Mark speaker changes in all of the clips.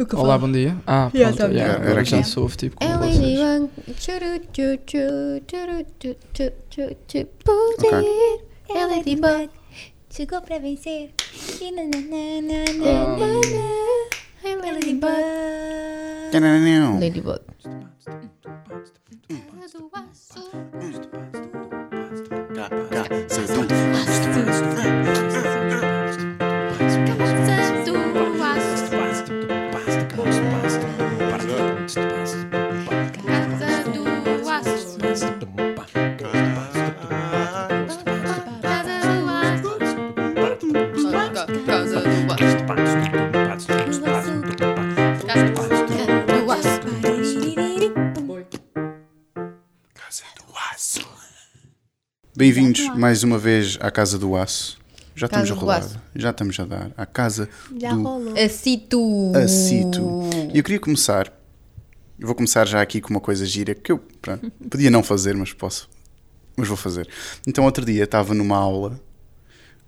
Speaker 1: O que
Speaker 2: Olá, bom dia. Ah, pronto.
Speaker 1: Yeah, tá bem.
Speaker 2: yeah,
Speaker 3: Era
Speaker 2: agora já
Speaker 3: aqui.
Speaker 2: sou ouve tipo como vocês.
Speaker 4: Everyone, churu chu chu churu chu chu chu chu poder. É Ladybug, chegou pra vencer. E na na na na na na na. I'm a Ladybug.
Speaker 3: Não.
Speaker 4: Ladybug.
Speaker 3: Tá, Bem-vindos mais uma vez à Casa do Aço. Já
Speaker 4: Casa
Speaker 3: estamos a
Speaker 4: do
Speaker 3: rolar.
Speaker 4: Aço.
Speaker 3: Já estamos a dar à Casa do
Speaker 4: Acito.
Speaker 3: Acito. E eu queria começar. Eu vou começar já aqui com uma coisa gira que eu pronto, podia não fazer, mas posso. Mas vou fazer. Então, outro dia estava numa aula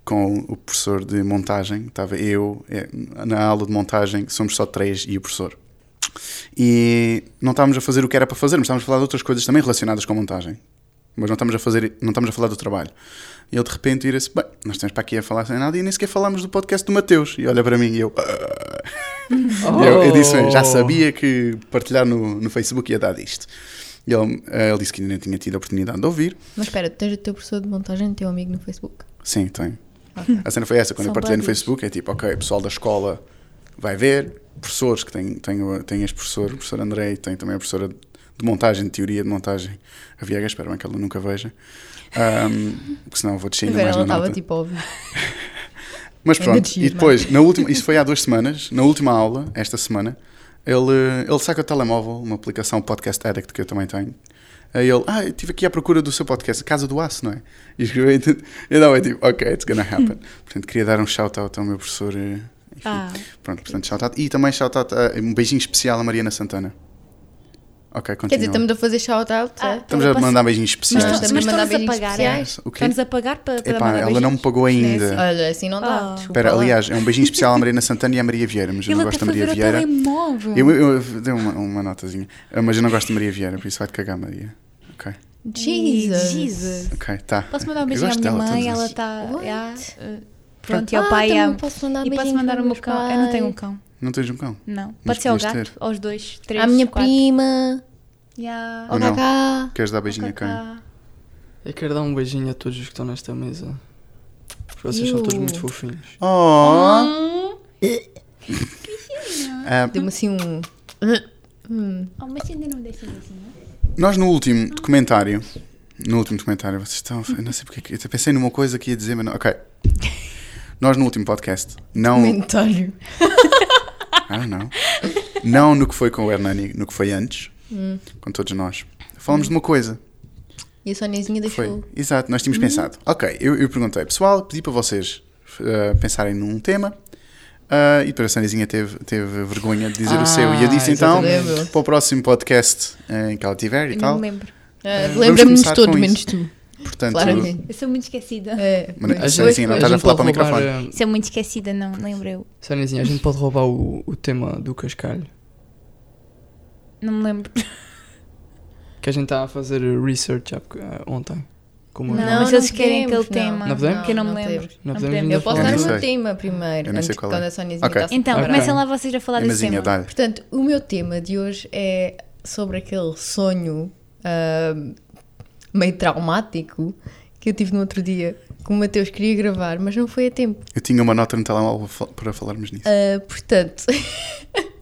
Speaker 3: com o professor de montagem. Estava eu, eh, na aula de montagem, somos só três e o professor. E não estávamos a fazer o que era para fazer, mas estávamos a falar de outras coisas também relacionadas com a montagem. Mas não estamos a fazer, não estamos a falar do trabalho. E ele de repente vira-se: Bem, nós estamos para aqui a falar sem nada e nem sequer falámos do podcast do Mateus. E olha para mim e eu. "Ah." E Eu, eu disse, já sabia que partilhar no, no Facebook ia dar disto. E ele, eh, ele disse que ainda não tinha tido a oportunidade de ouvir.
Speaker 4: Mas espera, tu tens o teu professor de montagem, teu amigo no Facebook.
Speaker 3: Sim, tem. A cena foi essa, quando
Speaker 4: São
Speaker 3: eu partilhei no
Speaker 4: buddies.
Speaker 3: Facebook, é tipo, ok, pessoal da escola vai ver, professores, que tem, tem, o- tem este professor, o professor Andrei, tem também a professora de montagem, de teoria de montagem, a Viega, espero bem que ela nunca veja, Ahm, porque senão eu vou descer ainda
Speaker 4: Agora
Speaker 3: mais
Speaker 4: ela
Speaker 3: na
Speaker 4: estava
Speaker 3: nota.
Speaker 4: tipo óbvio.
Speaker 1: É
Speaker 3: Mas
Speaker 4: Ainda
Speaker 3: pronto,
Speaker 4: te giro,
Speaker 3: e depois, na última, isso foi há duas semanas, na última aula, esta semana, ele, ele saca o telemóvel, uma aplicação Podcast Addict que eu também tenho. Aí ele, ah, eu estive aqui à procura do seu podcast, Casa do Aço, não é? E escreveu, então, eu não, é tipo, ok, it's gonna happen. portanto, queria dar um shout-out ao meu professor. eh, Enfim.
Speaker 1: Ah.
Speaker 3: Pronto, portanto, shout-out. E também shout-out, a- um beijinho especial à Mariana Santana. Ok, continua.
Speaker 4: Quer dizer, estamos a fazer shout-out. é?
Speaker 3: Estamos a mandar beijinhos
Speaker 1: Ah. Mas,
Speaker 3: especiais.
Speaker 4: Nós também
Speaker 1: estamos
Speaker 4: mandar
Speaker 1: mas estamos a
Speaker 4: beijinhos
Speaker 1: pagar, é?
Speaker 4: especiais.
Speaker 3: O quê?
Speaker 1: Estamos a pagar para, para
Speaker 3: Epá,
Speaker 1: mandar
Speaker 3: ela não me
Speaker 1: beijinhos.
Speaker 3: pagou ainda.
Speaker 4: Olha, assim não dá.
Speaker 1: Ah.
Speaker 4: desculpa
Speaker 3: Espera,
Speaker 4: lá.
Speaker 3: aliás, é um beijinho especial à Mariana Santana e à Maria Vieira, mas eu
Speaker 1: Ele
Speaker 3: não
Speaker 1: até
Speaker 3: gosto da
Speaker 1: foi
Speaker 3: Maria
Speaker 1: ver o
Speaker 3: Vieira.
Speaker 1: telemóvel.
Speaker 3: Eu, eu, eu dei uma, uma notazinha. Ah, Mas eu não gosto de Maria Vieira, por isso vai-te cagar, Maria. Ok,
Speaker 4: Jesus.
Speaker 1: Jesus.
Speaker 3: ok, tá.
Speaker 1: Posso mandar um
Speaker 3: Eu
Speaker 1: beijinho à
Speaker 3: gosto
Speaker 1: minha
Speaker 3: dela,
Speaker 1: mãe?
Speaker 3: todos
Speaker 1: Ela
Speaker 3: esses.
Speaker 1: está.
Speaker 4: What?
Speaker 1: Pronto, e
Speaker 4: Ah,
Speaker 1: ao pai.
Speaker 4: também
Speaker 1: à-
Speaker 4: posso mandar
Speaker 1: E posso
Speaker 4: beijinhos
Speaker 1: mandar
Speaker 4: para
Speaker 1: o meu
Speaker 4: meus
Speaker 1: cão? Eu não tenho um
Speaker 4: pais.
Speaker 1: cão.
Speaker 3: Não tens um cão?
Speaker 1: Não.
Speaker 3: Mas
Speaker 1: Pode ser ao
Speaker 3: podias
Speaker 1: gato, aos dois, três.
Speaker 4: À minha
Speaker 1: quatro.
Speaker 4: prima,
Speaker 1: Yeah.
Speaker 4: ao
Speaker 3: Ou não?
Speaker 4: Cacá.
Speaker 3: Queres dar beijinho a quem?
Speaker 1: Cacá.
Speaker 2: Eu quero dar um beijinho a todos os que estão nesta mesa. Porque vocês são todos muito fofinhos.
Speaker 3: Oh! Ah,
Speaker 4: Deu-me assim um. hum,
Speaker 1: Oh, mas ainda não deixa assim, não é?
Speaker 3: nós no último documentário, no último documentário, vocês estão. Eu não sei porque. é que- Eu até pensei numa coisa que ia dizer, mas não. Ok. Nós no último podcast, não.
Speaker 4: comentário.
Speaker 3: I don't know. Não no que foi com o Hernani, no que foi antes, com todos nós. Falamos de uma coisa.
Speaker 4: E a Soniazinha
Speaker 3: Foi,
Speaker 4: deixou.
Speaker 3: exato, nós tínhamos
Speaker 4: Uhum.
Speaker 3: pensado. Ok, eu, eu perguntei, pessoal, pedi para vocês eh, pensarem num tema ah, e depois a Sanizinha teve, teve vergonha de dizer
Speaker 2: Ah,
Speaker 3: o seu. E eu disse então,
Speaker 4: exatamente.
Speaker 3: para o próximo podcast eh, em que ela tiver e
Speaker 1: Eu
Speaker 3: tal.
Speaker 1: não me lembro.
Speaker 4: Ah,
Speaker 3: É. vamos
Speaker 4: Lembra-me-nos
Speaker 3: começar
Speaker 4: todos,
Speaker 3: com
Speaker 4: menos
Speaker 3: isso.
Speaker 4: tu.
Speaker 3: Portanto,
Speaker 4: Claramente.
Speaker 1: Eu sou muito esquecida.
Speaker 4: É,
Speaker 3: Mano,
Speaker 4: pois.
Speaker 3: a gente- sim, assim, não estás a falar para o
Speaker 2: pode roubar, eh,
Speaker 1: Sou é muito esquecida, não lembro eu.
Speaker 2: Soniazinha, a gente pode roubar o, o tema do Cascalho.
Speaker 1: Não me lembro.
Speaker 2: Que a gente está a fazer research há boc- eh, ontem. Como
Speaker 1: Não,
Speaker 2: eu.
Speaker 1: mas eles querem
Speaker 4: podemos,
Speaker 1: aquele tema.
Speaker 2: Não podemos?
Speaker 1: Que eu não me lembro.
Speaker 4: podemos.
Speaker 2: Não
Speaker 1: Não
Speaker 2: podemos
Speaker 1: podemos.
Speaker 2: ainda
Speaker 4: Eu posso
Speaker 3: Eu
Speaker 2: falar.
Speaker 4: dar
Speaker 3: nem
Speaker 4: o
Speaker 3: sei.
Speaker 4: meu tema primeiro.
Speaker 3: Eu nem sei
Speaker 4: antes-
Speaker 3: qual é.
Speaker 4: Quando a Soniazinha
Speaker 3: Ok.
Speaker 4: está
Speaker 1: Então,
Speaker 2: Ok.
Speaker 1: começa lá vocês a falar desse
Speaker 3: Imazinha,
Speaker 1: tema.
Speaker 3: dá-lhe.
Speaker 4: Portanto, o meu tema de hoje é sobre aquele sonho ahm, meio traumático que eu tive no outro dia, que o Mateus queria gravar, mas não foi a tempo.
Speaker 3: Eu tinha uma nota no telemóvel fa- para falarmos nisso.
Speaker 4: Ah, portanto,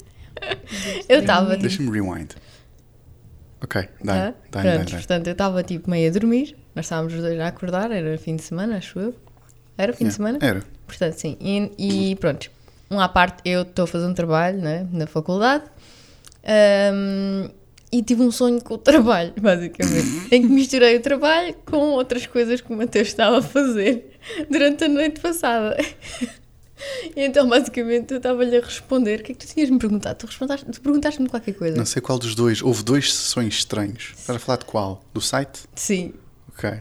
Speaker 4: eu estava tipo.
Speaker 3: Deixa-me rewind. Ok,
Speaker 4: tá?
Speaker 3: dá-lhe, dá-lhe,
Speaker 4: Pronto,
Speaker 3: dá-lhe.
Speaker 4: portanto, eu estava tipo meio a dormir, nós estávamos os dois a acordar, era fim de semana, acho eu. Era fim de semana?
Speaker 3: Era.
Speaker 4: Portanto, sim. E, e pronto, um à parte, eu estou a fazer um trabalho né, na faculdade ahm, e tive um sonho com o trabalho, basicamente, em que misturei o trabalho com outras coisas que o Mateus estava a fazer durante a noite passada. E então, basicamente, eu estava-lhe a responder. O que é que tu tinhas-me perguntado? Tu, respondeste- tu perguntaste-me qualquer coisa.
Speaker 3: Não sei qual dos dois. Houve dois sessões estranhos. Estás a falar de qual? Do site?
Speaker 4: Sim.
Speaker 3: Ok.
Speaker 4: O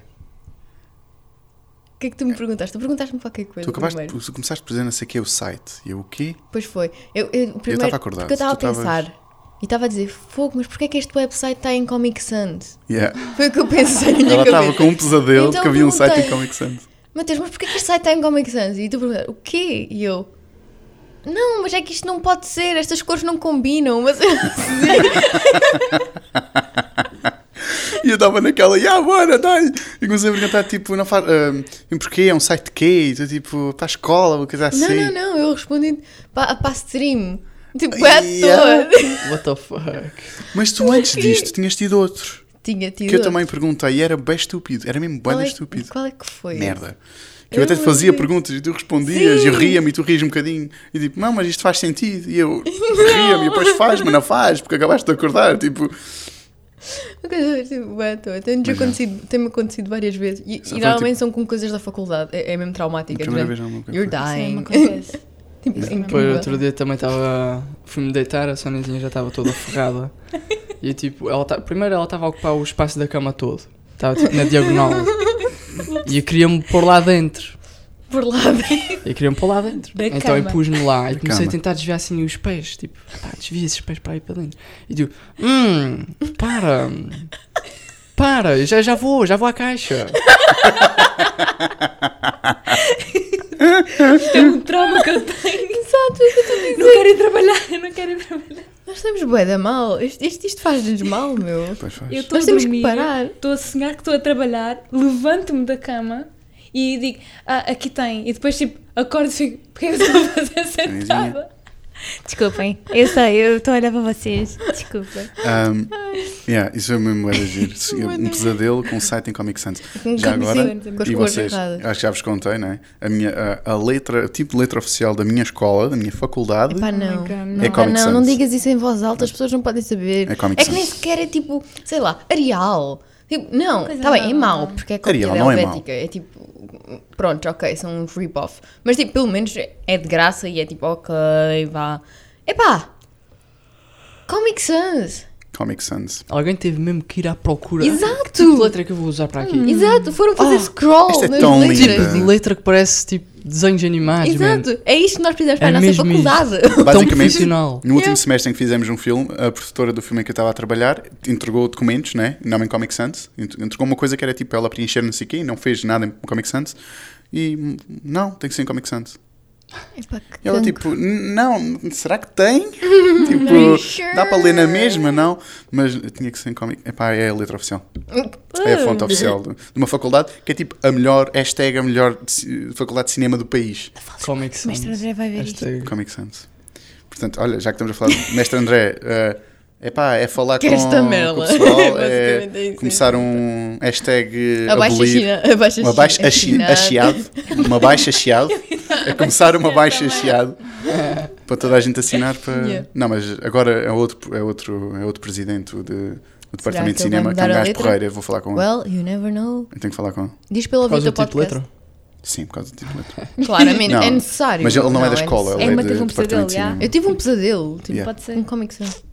Speaker 4: que que é que tu me perguntaste? Tu perguntaste-me qualquer coisa.
Speaker 3: Tu acabaste,
Speaker 4: primeiro.
Speaker 3: tu começaste por dizer não sei o que é o site. E eu o quê?
Speaker 4: Pois foi. Eu, eu, primeiro,
Speaker 3: estava acordado,
Speaker 4: Porque eu estava a
Speaker 3: tu
Speaker 4: pensar.
Speaker 3: estavas-
Speaker 4: E estava a dizer, fogo, mas porquê é que este website está em Comic Sans?
Speaker 3: Yeah.
Speaker 4: Foi o que eu pensei na minha
Speaker 3: Ela
Speaker 4: cabeça.
Speaker 3: estava com um pesadelo
Speaker 4: Então
Speaker 3: que havia um site em
Speaker 4: perguntei.
Speaker 3: Comic Sans.
Speaker 4: Mateus, mas porquê é que este site está em Comic Sans? E tu perguntas, o quê? E eu, não, mas é que isto não pode ser, estas cores não combinam, mas eu não sei.
Speaker 3: E eu estava naquela, yeah, bora, dá-lhe. E comecei a perguntar, tipo, não faz. ah, porquê? É um site de quê? E tu, tipo, para a escola, uma coisa assim.
Speaker 4: Não, não, não, eu respondi para a stream. Tipo, é à
Speaker 3: Yeah.
Speaker 4: toa.
Speaker 2: What the fuck?
Speaker 3: Mas tu antes disto tinhas tido outro.
Speaker 4: Tinha tido.
Speaker 3: Que eu
Speaker 4: outro.
Speaker 3: também perguntei e era bem estúpido. Era mesmo
Speaker 4: Qual
Speaker 3: bem
Speaker 4: é-
Speaker 3: estúpido.
Speaker 4: Qual é que foi?
Speaker 3: Merda. Que
Speaker 4: Eu
Speaker 3: eu até te
Speaker 4: não
Speaker 3: fazia
Speaker 4: sei.
Speaker 3: perguntas e tu respondias
Speaker 4: Sim.
Speaker 3: e eu ria-me e tu rias um bocadinho. E tipo, não, mas isto faz sentido. E eu ria-me e depois faz, mas não faz, porque acabaste de acordar. Tipo,
Speaker 4: Uma coisa tipo, bué à toa. Tem-nos
Speaker 3: Mas é.
Speaker 4: acontecido- Tem-me acontecido várias vezes. E,
Speaker 3: Só
Speaker 4: e
Speaker 3: foi, tipo,
Speaker 4: normalmente são com coisas da faculdade. É, é mesmo traumática.
Speaker 3: A primeira
Speaker 4: do
Speaker 3: vez
Speaker 4: género,
Speaker 3: não, nunca
Speaker 4: You're
Speaker 3: foi.
Speaker 1: Sim, me
Speaker 4: dying.
Speaker 1: acontece.
Speaker 4: tipo,
Speaker 1: é Isso
Speaker 4: incrível.
Speaker 2: Depois, outro dia também estava. Fui-me deitar, a Soniazinha já estava toda ferrada. E tipo, ela ta- primeiro ela estava a ocupar o espaço da cama todo. Estava tipo na diagonal. E eu queria-me pôr lá dentro.
Speaker 4: Por lá dentro.
Speaker 2: Eu queria-me pôr lá dentro.
Speaker 1: Da
Speaker 2: então
Speaker 1: cama.
Speaker 2: eu pus-me lá e
Speaker 3: Da
Speaker 2: comecei
Speaker 3: cama.
Speaker 2: a tentar desviar assim os pés. Tipo, pá, desvia esses pés para ir para dentro. E tipo, hum, para. Para, já, já vou, já vou à caixa.
Speaker 1: É um trauma que eu tenho. Exato, é que eu estou a dizer. Não quero ir trabalhar, não quero ir trabalhar.
Speaker 4: Nós estamos bué da mal. Isto, isto, isto faz-nos mal, meu.
Speaker 3: depois faz.
Speaker 1: Eu estou
Speaker 4: Nós
Speaker 1: a
Speaker 4: temos
Speaker 1: dormir,
Speaker 4: que parar.
Speaker 1: Estou a sonhar que estou a trabalhar, levanto-me da cama e digo, ah, aqui tem. E depois, tipo, acordo e fico, porquê que eu estou a fazer sentada? Desculpem, eu sei, eu estou a olhar para vocês. Desculpa.
Speaker 3: Ahm, yeah, isso é mesmo era giro. Sim, Um pesadelo com um site em Comic Sans.
Speaker 4: Sim,
Speaker 3: Já agora,
Speaker 4: com as
Speaker 3: e
Speaker 4: cores
Speaker 3: vocês,
Speaker 4: erradas.
Speaker 3: acho que já vos contei, não é? A, minha, a, a letra, o tipo de letra oficial da minha escola, da minha faculdade,
Speaker 4: Epá, não.
Speaker 1: God,
Speaker 4: Epá,
Speaker 1: não.
Speaker 3: É Comic
Speaker 4: não,
Speaker 3: Sans.
Speaker 4: não digas isso em voz alta, as pessoas não podem saber.
Speaker 3: É Comic
Speaker 4: é que nem
Speaker 3: Sans.
Speaker 4: sequer é tipo, sei lá, Arial. Tipo, não, está bem, é
Speaker 1: nada.
Speaker 4: mau, porque é cópia
Speaker 3: Arial
Speaker 4: da
Speaker 3: não é
Speaker 4: Helvética. É, tipo, pronto, ok, são um rip-off. Mas tipo, pelo menos é de graça e é tipo, ok, vá. Epá! Comic Sans!
Speaker 3: Comic Sans.
Speaker 2: Alguém teve mesmo que ir à procura.
Speaker 4: Exato. Hum.
Speaker 2: Que tipo de letra é que eu vou usar para aqui?
Speaker 4: Exato, foram fazer
Speaker 2: Oh,
Speaker 4: scroll
Speaker 3: isto é
Speaker 4: nas
Speaker 3: tão
Speaker 4: letras.
Speaker 3: lindo.
Speaker 2: Tipo de letra que parece tipo desenhos animados, mano.
Speaker 4: Exato, é isto que nós precisamos para
Speaker 2: É
Speaker 4: a nossa
Speaker 2: mesmo isso.
Speaker 4: faculdade.
Speaker 2: Tão
Speaker 3: Basicamente,
Speaker 2: profissional.
Speaker 3: No último
Speaker 4: Yeah.
Speaker 3: semestre em que fizemos um filme, a produtora do filme em que eu estava a trabalhar entregou documentos, né? Não em Comic Sans. Ent- Entregou uma coisa que era tipo ela preencher não sei o quê, e não fez nada em Comic Sans. E hum, não, tem que ser em Comic Sans.
Speaker 4: Epá, que
Speaker 3: E ela
Speaker 4: cancro.
Speaker 3: tipo, "N- não, será que tem?
Speaker 4: Are you
Speaker 3: tipo,
Speaker 4: sure?
Speaker 3: dá para ler na mesma, não? Mas tinha que ser em Comic. Epá, é a letra oficial.
Speaker 4: Hum.
Speaker 3: É a
Speaker 4: Ah.
Speaker 3: fonte oficial de de uma faculdade que é tipo a melhor, hashtag a melhor de ci- faculdade de cinema do país.
Speaker 2: Comic Sans.
Speaker 1: Mestre André vai ver isto.
Speaker 2: Hashtag.
Speaker 3: Comic Sans. Portanto, olha, já que estamos a falar do mestre André, eh, epá, é falar
Speaker 4: Que esta
Speaker 3: com,
Speaker 4: merda.
Speaker 3: com o pessoal, é
Speaker 4: Basicamente é isso.
Speaker 3: começar um hashtag
Speaker 4: Abaixo a
Speaker 3: abolir,
Speaker 4: China. Abaixo
Speaker 3: uma baixa
Speaker 4: a
Speaker 3: achi-
Speaker 4: China.
Speaker 3: achiado, uma baixa achiado, é começar uma baixa achiado para toda a gente assinar para...
Speaker 4: Yeah.
Speaker 3: Não, mas agora é outro, é outro, é outro presidente de, do Departamento de
Speaker 4: que ele vai
Speaker 3: Cinema, que é
Speaker 4: mudar
Speaker 3: um
Speaker 4: a
Speaker 3: gajo
Speaker 4: letra?
Speaker 3: porreiro, eu vou falar com ele.
Speaker 4: Well, you never know.
Speaker 3: Eu tenho que falar com ele.
Speaker 4: Diz pelo
Speaker 2: Por
Speaker 4: ouvir
Speaker 2: causa
Speaker 4: do
Speaker 2: do tipo de letra?
Speaker 4: podcast.
Speaker 3: Sim, por causa do tipo de letra.
Speaker 4: Claramente,
Speaker 3: Não,
Speaker 4: é necessário.
Speaker 3: Mas ele não, é da escola,
Speaker 4: necessário.
Speaker 3: ele é,
Speaker 1: mas
Speaker 3: do
Speaker 1: teve um
Speaker 3: Departamento de
Speaker 1: pesadelo,
Speaker 3: Cinema.
Speaker 4: Eu tive um pesadelo, tipo,
Speaker 3: Yeah.
Speaker 1: Pode ser.
Speaker 4: um Comic Sans.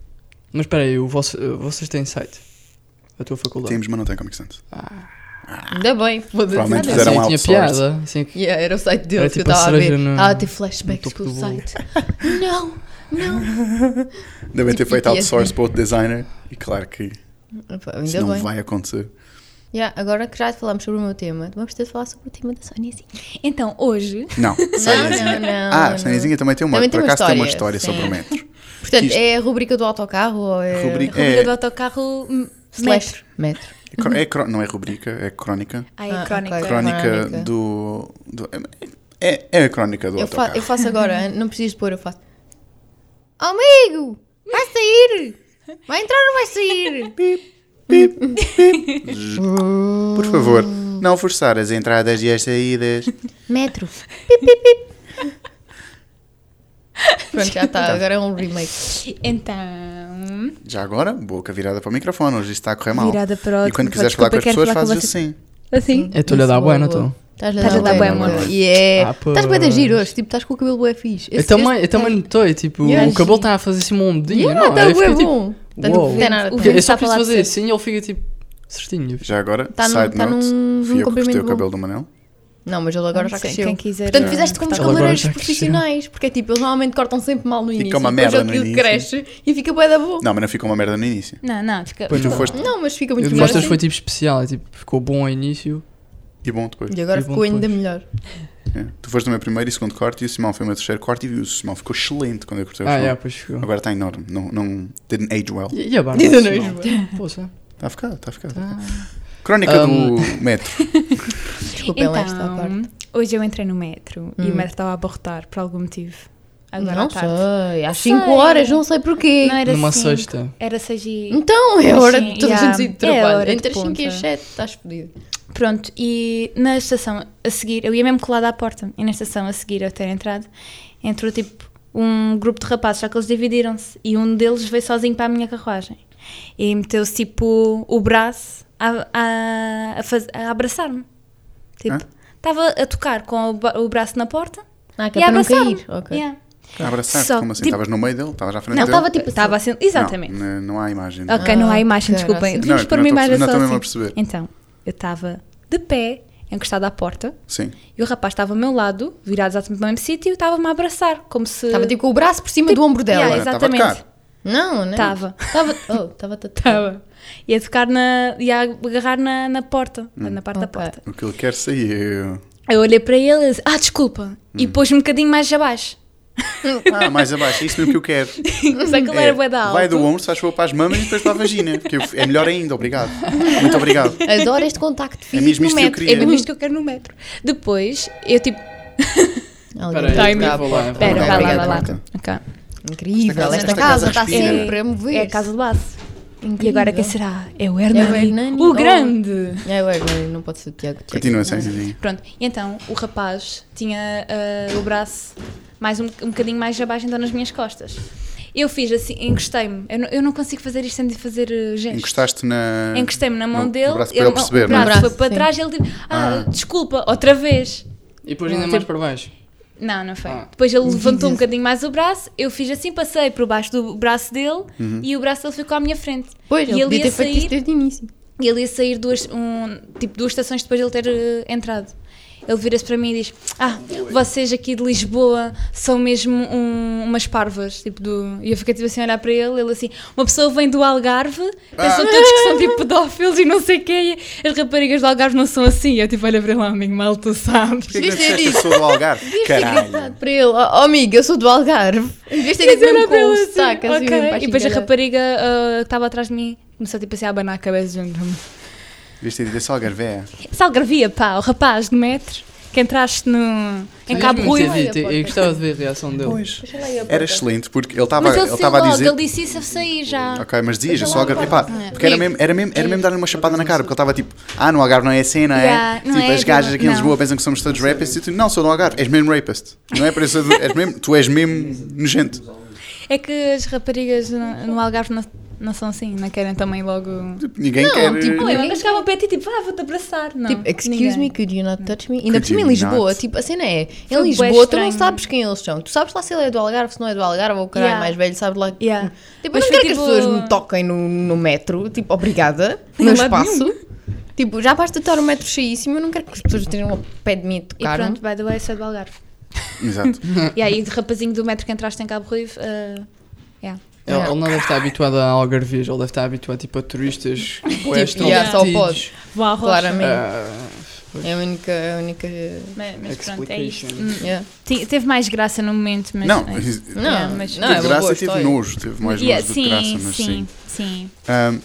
Speaker 2: Mas espera aí, o vosso- eh, vocês têm site? A tua faculdade?
Speaker 3: Temos, mas não tem Comic Sans.
Speaker 4: Ainda bem, foda-se.
Speaker 3: Provavelmente
Speaker 2: Assim,
Speaker 3: fizeram um
Speaker 2: tinha
Speaker 3: outsourced.
Speaker 2: piada. assim,
Speaker 4: Yeah, era o site
Speaker 2: Era
Speaker 4: deles que eu
Speaker 2: tipo a
Speaker 4: estava a ver.
Speaker 2: cereja no-
Speaker 4: Ah, tive
Speaker 2: no
Speaker 4: flashbacks
Speaker 2: topo
Speaker 4: com o
Speaker 2: do bolo.
Speaker 4: site. não, não.
Speaker 3: Devem ter
Speaker 4: Tipo
Speaker 3: feito
Speaker 4: PTSD.
Speaker 3: outsource para outro designer. E claro que
Speaker 4: Opa,
Speaker 3: isso
Speaker 4: Ainda
Speaker 3: não
Speaker 4: bem.
Speaker 3: vai acontecer.
Speaker 4: Yeah, agora que já falámos sobre o meu tema, vamos ter de falar sobre o tema da Soniazinha.
Speaker 1: Então, hoje,
Speaker 3: Não, Saniazinha.
Speaker 4: não, não,
Speaker 3: Ah,
Speaker 4: não.
Speaker 3: Saniazinha também tem uma.
Speaker 4: Também
Speaker 3: por
Speaker 4: tem uma
Speaker 3: acaso tem uma
Speaker 4: história,
Speaker 3: história sobre
Speaker 4: sim.
Speaker 3: o metro.
Speaker 4: Portanto,
Speaker 3: Isto-
Speaker 4: é a rubrica do autocarro ou é.
Speaker 3: Rubrica-
Speaker 1: rubrica
Speaker 3: É.
Speaker 1: do autocarro hum, metro.
Speaker 4: Slash. Metro.
Speaker 3: É cro- É, cro- não é rubrica, é crónica.
Speaker 1: Ai,
Speaker 4: Ah,
Speaker 1: é crónica.
Speaker 4: ok.
Speaker 3: Crónica,
Speaker 4: Crónica.
Speaker 3: do. do- é, é a crónica do
Speaker 4: Eu, fa-
Speaker 3: autocarro.
Speaker 4: eu faço agora, não precisas de pôr, eu faço. Oh, amigo! Vai sair! Vai entrar ou vai sair?
Speaker 3: Por favor,
Speaker 4: hum.
Speaker 3: não forçar as entradas e as saídas.
Speaker 4: Metro. Pronto, já está, agora é um remake.
Speaker 1: Então,
Speaker 3: Já agora, boca virada para o microfone. Hoje isto está a correr mal.
Speaker 1: Virada para o
Speaker 3: É e quando
Speaker 4: tipo,
Speaker 1: outro,
Speaker 3: quiseres falar com as
Speaker 1: desculpa,
Speaker 3: pessoas,
Speaker 1: quero falar com
Speaker 3: fazes assim.
Speaker 1: assim,
Speaker 2: Eu estou-lhe a
Speaker 4: é
Speaker 2: dar boa, não estou?
Speaker 4: Estás a
Speaker 1: Estás
Speaker 4: dar
Speaker 1: a dar
Speaker 4: bué,
Speaker 1: bué,
Speaker 4: amor.
Speaker 1: amor.
Speaker 4: Yeah.
Speaker 2: Ah, Então, pois.
Speaker 4: É, Estás bem da giro hoje, tipo, estás com o cabelo bué fixe.
Speaker 2: Eu
Speaker 4: Esse-
Speaker 2: também,
Speaker 4: esse-
Speaker 2: eu também notei, tipo,
Speaker 4: Yeah,
Speaker 2: o cabelo
Speaker 4: sim.
Speaker 2: está a fazer assim uma ondinha,
Speaker 4: Yeah,
Speaker 2: não?
Speaker 4: tá
Speaker 2: eu
Speaker 4: bué
Speaker 2: fiquei, tipo,
Speaker 4: bom. Tá tipo,
Speaker 2: uau.
Speaker 4: tem nada de
Speaker 1: O
Speaker 2: porque
Speaker 1: vento
Speaker 2: eu só
Speaker 1: está a
Speaker 2: preciso
Speaker 1: falar de
Speaker 2: fazer
Speaker 1: si.
Speaker 2: assim e ele fica tipo certinho.
Speaker 3: Já agora,
Speaker 4: Tá num-
Speaker 3: side
Speaker 4: tá
Speaker 3: note,
Speaker 4: num- num
Speaker 3: fui eu que cortei
Speaker 4: comprimento
Speaker 3: o
Speaker 4: bom.
Speaker 3: cabelo do Manel.
Speaker 4: Não, mas ele agora
Speaker 1: Não
Speaker 4: já
Speaker 1: sei,
Speaker 4: cresceu.
Speaker 1: Quem quiser.
Speaker 4: Portanto,
Speaker 3: Ah.
Speaker 1: eh,
Speaker 4: fizeste como
Speaker 3: Tá
Speaker 1: cortar.
Speaker 2: Ele Tá agora
Speaker 4: cabeleireiros
Speaker 2: já cresceu.
Speaker 4: profissionais, porque é tipo, eles normalmente cortam sempre mal no
Speaker 3: Fica
Speaker 4: início.
Speaker 3: uma
Speaker 4: depois é
Speaker 3: merda no
Speaker 4: aquilo
Speaker 3: início.
Speaker 4: cresce e fica bué da boa.
Speaker 3: Não, mas não ficou uma merda no início.
Speaker 1: Não, não, fica.
Speaker 2: Pois
Speaker 3: Tu
Speaker 2: não.
Speaker 3: foste
Speaker 4: Não, mas fica
Speaker 2: E
Speaker 4: muito
Speaker 2: o de
Speaker 4: melhor.
Speaker 2: vocês
Speaker 4: assim.
Speaker 2: foi tipo especial, é, tipo, ficou bom ao início.
Speaker 3: e bom depois.
Speaker 4: E agora
Speaker 2: E bom
Speaker 4: ficou ainda
Speaker 2: depois.
Speaker 4: melhor.
Speaker 3: É. Tu foste o meu primeiro e segundo corte e o Simão foi o meu terceiro corte e o Simão ficou excelente quando eu cortei o
Speaker 2: Ah,
Speaker 3: Simão.
Speaker 2: é, pois ficou.
Speaker 3: Agora está enorme. Não, não didn't age well.
Speaker 2: E, e a barba? assim,
Speaker 4: Ainda
Speaker 2: Não.
Speaker 4: não é joelho.
Speaker 2: Poça.
Speaker 3: Está a ficar, está a ficar.
Speaker 2: Tá.
Speaker 3: Crónica
Speaker 2: Um,
Speaker 3: do metro.
Speaker 4: Desculpem
Speaker 1: Então,
Speaker 4: lá esta parte.
Speaker 1: hoje eu entrei no metro e
Speaker 4: Hum.
Speaker 1: o metro estava a abortar por algum motivo. Agora
Speaker 4: não
Speaker 1: à tarde.
Speaker 4: sei, às
Speaker 1: Sei.
Speaker 4: 5 horas, não sei porquê.
Speaker 1: Não era
Speaker 2: Numa
Speaker 1: cinco,
Speaker 2: sexta.
Speaker 1: Era 6 e...
Speaker 4: Então, é hora
Speaker 1: Sim,
Speaker 4: de toda a
Speaker 1: yeah,
Speaker 4: gente sair de
Speaker 1: é
Speaker 4: trabalho.
Speaker 1: hora de
Speaker 4: Entre as 5 e as
Speaker 1: ponta.
Speaker 4: 7 estás fodido.
Speaker 1: Pronto, e na estação a seguir, eu ia mesmo colada à porta, e na estação a seguir a ter entrado, entrou tipo um grupo de rapazes, só que eles dividiram-se, e um deles veio sozinho para a minha carruagem. E meteu-se tipo o braço a, a, a faz- a abraçar-me. Tipo,
Speaker 3: Hã?
Speaker 1: estava a tocar com o, ba- o braço na porta
Speaker 4: Ah, que
Speaker 1: e
Speaker 4: é
Speaker 1: a
Speaker 4: para não
Speaker 1: abraçar-me.
Speaker 4: cair. Ok.
Speaker 1: Yeah.
Speaker 3: A abraçar-te,
Speaker 1: Só-
Speaker 3: como assim?
Speaker 1: tipo-
Speaker 3: Estavas no meio dele? Estavas à frente
Speaker 1: Não,
Speaker 3: dele?
Speaker 1: estava tipo, estava assim, exatamente.
Speaker 3: Não, n- não há imagem. dele.
Speaker 1: Ok, não há
Speaker 4: Ah,
Speaker 1: imagem,
Speaker 4: caraças.
Speaker 1: desculpem.
Speaker 4: Não,
Speaker 1: Devíamos
Speaker 3: eu
Speaker 1: pôr
Speaker 3: também
Speaker 1: uma
Speaker 3: tô-
Speaker 1: imagem
Speaker 3: não
Speaker 1: só
Speaker 3: tô mesmo a
Speaker 1: assim.
Speaker 3: perceber.
Speaker 1: Então, eu estava de pé, encostada à porta,
Speaker 3: Sim.
Speaker 1: e o rapaz estava ao meu lado, virado exatamente no mesmo sítio, e estava-me a abraçar, como se...
Speaker 4: Estava tipo com o braço por cima do ombro dela.
Speaker 1: Yeah,
Speaker 3: Ela estava a
Speaker 1: exatamente.
Speaker 3: tocar.
Speaker 4: Não, né?
Speaker 1: Estava.
Speaker 4: Estava. Oh, estava tatuado.
Speaker 1: Estava. E a tocar na... E a agarrar na, na porta,
Speaker 3: Hum.
Speaker 1: na parte da
Speaker 4: Ok.
Speaker 1: porta.
Speaker 3: O que ele quer é saiu.
Speaker 1: Eu olhei para ele e disse, ah, desculpa. E
Speaker 3: Hum.
Speaker 1: pôs-me um bocadinho mais abaixo.
Speaker 3: Ah, mais abaixo. É isso mesmo que eu quero.
Speaker 1: Só que ele
Speaker 3: É,
Speaker 1: era bué da alto.
Speaker 3: vai do ombro, se faz favor, para as mamas e depois para a vagina. Porque eu- é melhor ainda, obrigado. Muito obrigado.
Speaker 4: Adoro este contacto
Speaker 3: É
Speaker 4: físico.
Speaker 3: mesmo
Speaker 1: No
Speaker 3: isto que eu
Speaker 1: metro. É
Speaker 3: queria.
Speaker 1: mesmo isto que eu quero no metro. Depois, eu tipo...
Speaker 4: Alguém
Speaker 2: Espera aí,
Speaker 4: está a
Speaker 2: eu
Speaker 4: tocar à
Speaker 2: vou lá,
Speaker 4: porta.
Speaker 2: vou
Speaker 1: Pera, vai lá,
Speaker 3: obrigado,
Speaker 1: vai lá.
Speaker 3: Marta.
Speaker 1: Ok.
Speaker 4: é Incrível,
Speaker 3: Esta
Speaker 4: esta
Speaker 3: casa
Speaker 4: casa está
Speaker 3: respira.
Speaker 4: sempre a mover.
Speaker 1: É a casa de base. E
Speaker 4: Incrível.
Speaker 1: agora quem será? É o Hernani.
Speaker 4: Hernani.
Speaker 1: O
Speaker 4: Oh.
Speaker 1: grande.
Speaker 4: É, ué, não- não pode ser o Tiago. Tiago.
Speaker 3: Continua sem dizer.
Speaker 1: Pronto, e então o rapaz tinha ah, o braço mais um, um bocadinho mais abaixo, então nas minhas costas. Eu fiz assim, encostei-me. Eu, não- eu não consigo fazer isto sem de fazer ah, gestos.
Speaker 3: Encostaste na.
Speaker 1: Encostei-me na mão
Speaker 3: no-
Speaker 1: dele.
Speaker 3: No braço para
Speaker 1: ele-
Speaker 3: ele perceber,
Speaker 1: o
Speaker 3: não é?
Speaker 1: braço
Speaker 4: No braço,
Speaker 1: foi para
Speaker 4: sim.
Speaker 1: trás e ele tipo, ah,
Speaker 3: Ah.
Speaker 1: desculpa, outra vez.
Speaker 2: E depois ainda
Speaker 1: Não,
Speaker 2: mais
Speaker 1: tipo-
Speaker 2: para baixo.
Speaker 1: Não, não foi.
Speaker 2: Ah.
Speaker 1: Depois ele levantou um
Speaker 4: Jesus.
Speaker 1: bocadinho mais o braço, eu fiz assim, passei por baixo do braço dele
Speaker 3: Uhum.
Speaker 1: e o braço dele ficou à minha frente.
Speaker 4: Pois,
Speaker 1: e
Speaker 4: ele podia ter feito
Speaker 1: sair-
Speaker 4: isto desde o início.
Speaker 1: E ele ia sair duas, um, tipo, duas estações depois de ele ter eh, entrado. Ele vira-se para mim e diz: Ah, vocês aqui de Lisboa são mesmo um- umas parvas. Tipo, do... E eu fiquei tipo assim a olhar para ele. Ele assim: Uma pessoa vem do Algarve, pensam todos que são tipo pedófilos e não sei o quê. e As raparigas do Algarve não são assim. Eu tipo, olha para lá, amigo, mal tu sabes.
Speaker 3: Porquê que não
Speaker 4: Devias ter
Speaker 3: disseste eu sou do Algarve? Caralho.
Speaker 4: Gritado para ele, ó oh, amigo, eu sou do Algarve. Devias ter dito mesmo com o sotaque, assim, mesmo
Speaker 1: Ok.
Speaker 4: baixinho,
Speaker 1: E depois a
Speaker 4: olha.
Speaker 1: rapariga ah, que estava atrás de mim começou tipo assim a abanar a cabeça. Junto.
Speaker 3: Devias ter dito eu sou Algarve. é.
Speaker 1: Salgravia, pá, o rapaz de metro que entraste no, em
Speaker 2: Eu
Speaker 1: Cabo
Speaker 2: não
Speaker 1: Ruivo.
Speaker 2: tinha assim é dito, Eu eu gostava de ver a reação dele.
Speaker 3: Pois. Era excelente porque ele estava
Speaker 1: Mas ele
Speaker 3: ele
Speaker 1: saiu
Speaker 3: estava a
Speaker 1: logo,
Speaker 3: dizer.
Speaker 1: ele disse isso a sair já.
Speaker 3: Ok, mas dizias, eu sou Algarve. Epá,
Speaker 1: É.
Speaker 3: porque era mesmo, era mesmo, era mesmo dar-lhe uma chapada na cara, porque ele estava tipo, ah, no Algarve não é assim, não é?
Speaker 1: Yeah, não
Speaker 3: tipo,
Speaker 1: é,
Speaker 3: as gajas aqui em
Speaker 1: não.
Speaker 3: Lisboa pensam que somos todos rapists e tu, não, sou do Algarve, és mesmo rapist. Não é para isso, és mesmo, tu és mesmo nojento.
Speaker 1: É que as raparigas no, no Algarve não, não são assim, não querem também logo.
Speaker 3: Tipo, ninguém quer.
Speaker 4: tipo,
Speaker 1: Não,
Speaker 4: Ninguém
Speaker 1: eu não chegava ao pé de ti tipo, ah, vou-te abraçar. Não,
Speaker 4: Tipo, excuse
Speaker 1: ninguém.
Speaker 4: me, could you not touch me? Ainda por
Speaker 3: Could
Speaker 4: cima em
Speaker 3: you
Speaker 4: Lisboa,
Speaker 3: not?
Speaker 4: tipo, a cena é,
Speaker 1: Foi
Speaker 4: em
Speaker 1: bué
Speaker 4: Lisboa tu não
Speaker 1: estranho.
Speaker 4: sabes quem eles são. Tu sabes lá se ele é do Algarve, se não é do Algarve, ou o caralho
Speaker 1: Yeah.
Speaker 4: mais velho, sabe lá.
Speaker 1: Yeah.
Speaker 4: Tipo, eu
Speaker 1: Mas
Speaker 4: não
Speaker 1: foi
Speaker 4: quero que as
Speaker 1: tipo-
Speaker 4: pessoas me toquem no, no metro, tipo, obrigada, no
Speaker 1: Em
Speaker 4: meu
Speaker 1: lado
Speaker 4: espaço. Tipo, já basta estar o metro cheíssimo, eu não quero que as pessoas estejam ao pé de mim e
Speaker 1: E
Speaker 4: tocar.
Speaker 1: pronto, by the way, sou do Algarve.
Speaker 3: Exato.
Speaker 1: e aí, de rapazinho do metro que entraste em Cabo Ruivo. ah, yeah.
Speaker 2: É, Ele,
Speaker 4: Yeah.
Speaker 2: ele não deve estar habituado a algarvias, ele deve estar habituado tipo, a turistas bué
Speaker 4: Tipo, yeah, só
Speaker 2: extrovertidos.
Speaker 4: podes.
Speaker 1: Vou à rocha.
Speaker 4: Claramente.
Speaker 2: Ah,
Speaker 4: É a única. A única
Speaker 1: Mas, mas pronto, é isto.
Speaker 2: Explication.
Speaker 1: Hum,
Speaker 4: yeah.
Speaker 1: te- Teve mais graça no momento, mas.
Speaker 3: Não,
Speaker 1: é.
Speaker 3: teve
Speaker 4: Não,
Speaker 1: Yeah, mas-
Speaker 4: não, é uma
Speaker 3: graça
Speaker 4: boa
Speaker 3: e teve
Speaker 4: história.
Speaker 3: nojo, teve mais
Speaker 1: Yeah,
Speaker 3: nojo do
Speaker 1: sim,
Speaker 3: que graça, mas sim.
Speaker 1: sim, sim.
Speaker 3: Ahm,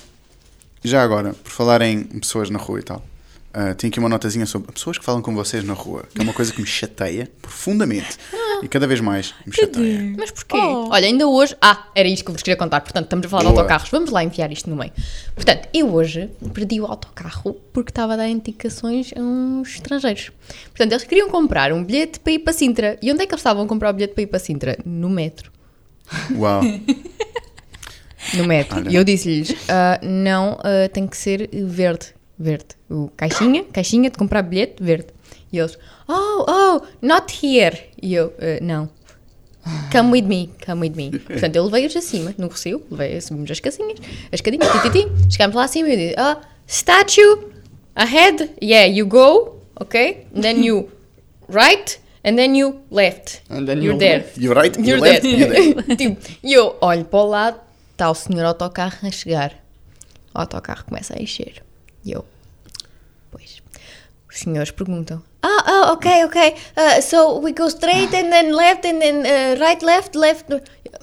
Speaker 3: já agora, por falar em pessoas na rua e tal, ah, tenho aqui uma notazinha sobre pessoas que falam com vocês na rua, que é uma coisa que me chateia profundamente e cada vez mais me chateia.
Speaker 4: Mas porquê?
Speaker 1: Oh.
Speaker 4: Olha, ainda hoje. Ah, era isto que eu vos queria contar. Portanto, estamos a falar de
Speaker 3: Boa.
Speaker 4: autocarros. Vamos lá enfiar isto no meio. Portanto, eu hoje perdi o autocarro porque estava a dar indicações a uns estrangeiros. Portanto, eles queriam comprar um bilhete para ir para Sintra. E onde é que eles estavam a comprar o bilhete para ir para Sintra? No metro.
Speaker 3: Uau.
Speaker 4: No metro.
Speaker 3: Olha.
Speaker 4: E eu disse-lhes: "Ah, não, ah, tem que ser verde. Verde. O caixinha, caixinha de comprar bilhete, verde. E eles: oh, oh, not here. E eu: "Ah, não. Come with me, come with me. Portanto, eu levei-os acima, no Rocio, levei, subimos as casinhas, as cadinhas, tititi, chegámos lá acima e eu disse: ah, statue, ahead, yeah, you go, okay? And then you right and then you left.
Speaker 2: And then
Speaker 4: You're
Speaker 2: you-
Speaker 4: there.
Speaker 3: You're right,
Speaker 4: You're
Speaker 3: you're left,
Speaker 4: there.
Speaker 3: you're there.
Speaker 4: tipo, e eu olho para o lado, está o senhor autocarro a chegar. O autocarro começa a encher. E eu, pois. Os senhores perguntam. Ah, ah, ok, ok. Uh, so we go straight and then left and then uh, right, left, left.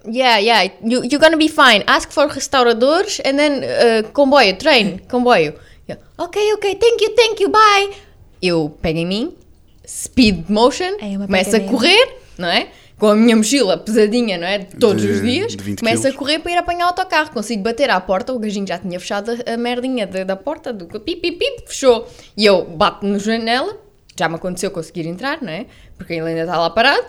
Speaker 4: Yeah, yeah. You, you're gonna be fine. Ask for restauradores and then uh, comboio, train, comboio. Eu, ok, ok. Thank you, thank you, bye. Eu pego em mim, speed motion,
Speaker 1: É uma
Speaker 4: começo a
Speaker 1: pegadinha.
Speaker 4: correr, não é? Com a minha mochila pesadinha, não é? De todos
Speaker 3: De-
Speaker 4: os dias.
Speaker 3: de 20
Speaker 4: começo a
Speaker 3: quilos.
Speaker 4: correr para ir apanhar o autocarro. Consigo bater à porta, o gajinho já tinha fechado a- a merdinha da, da porta, do pip, pip, pip, fechou. E eu bato na janela, já me aconteceu conseguir entrar, não é? Porque ele ainda está lá parado.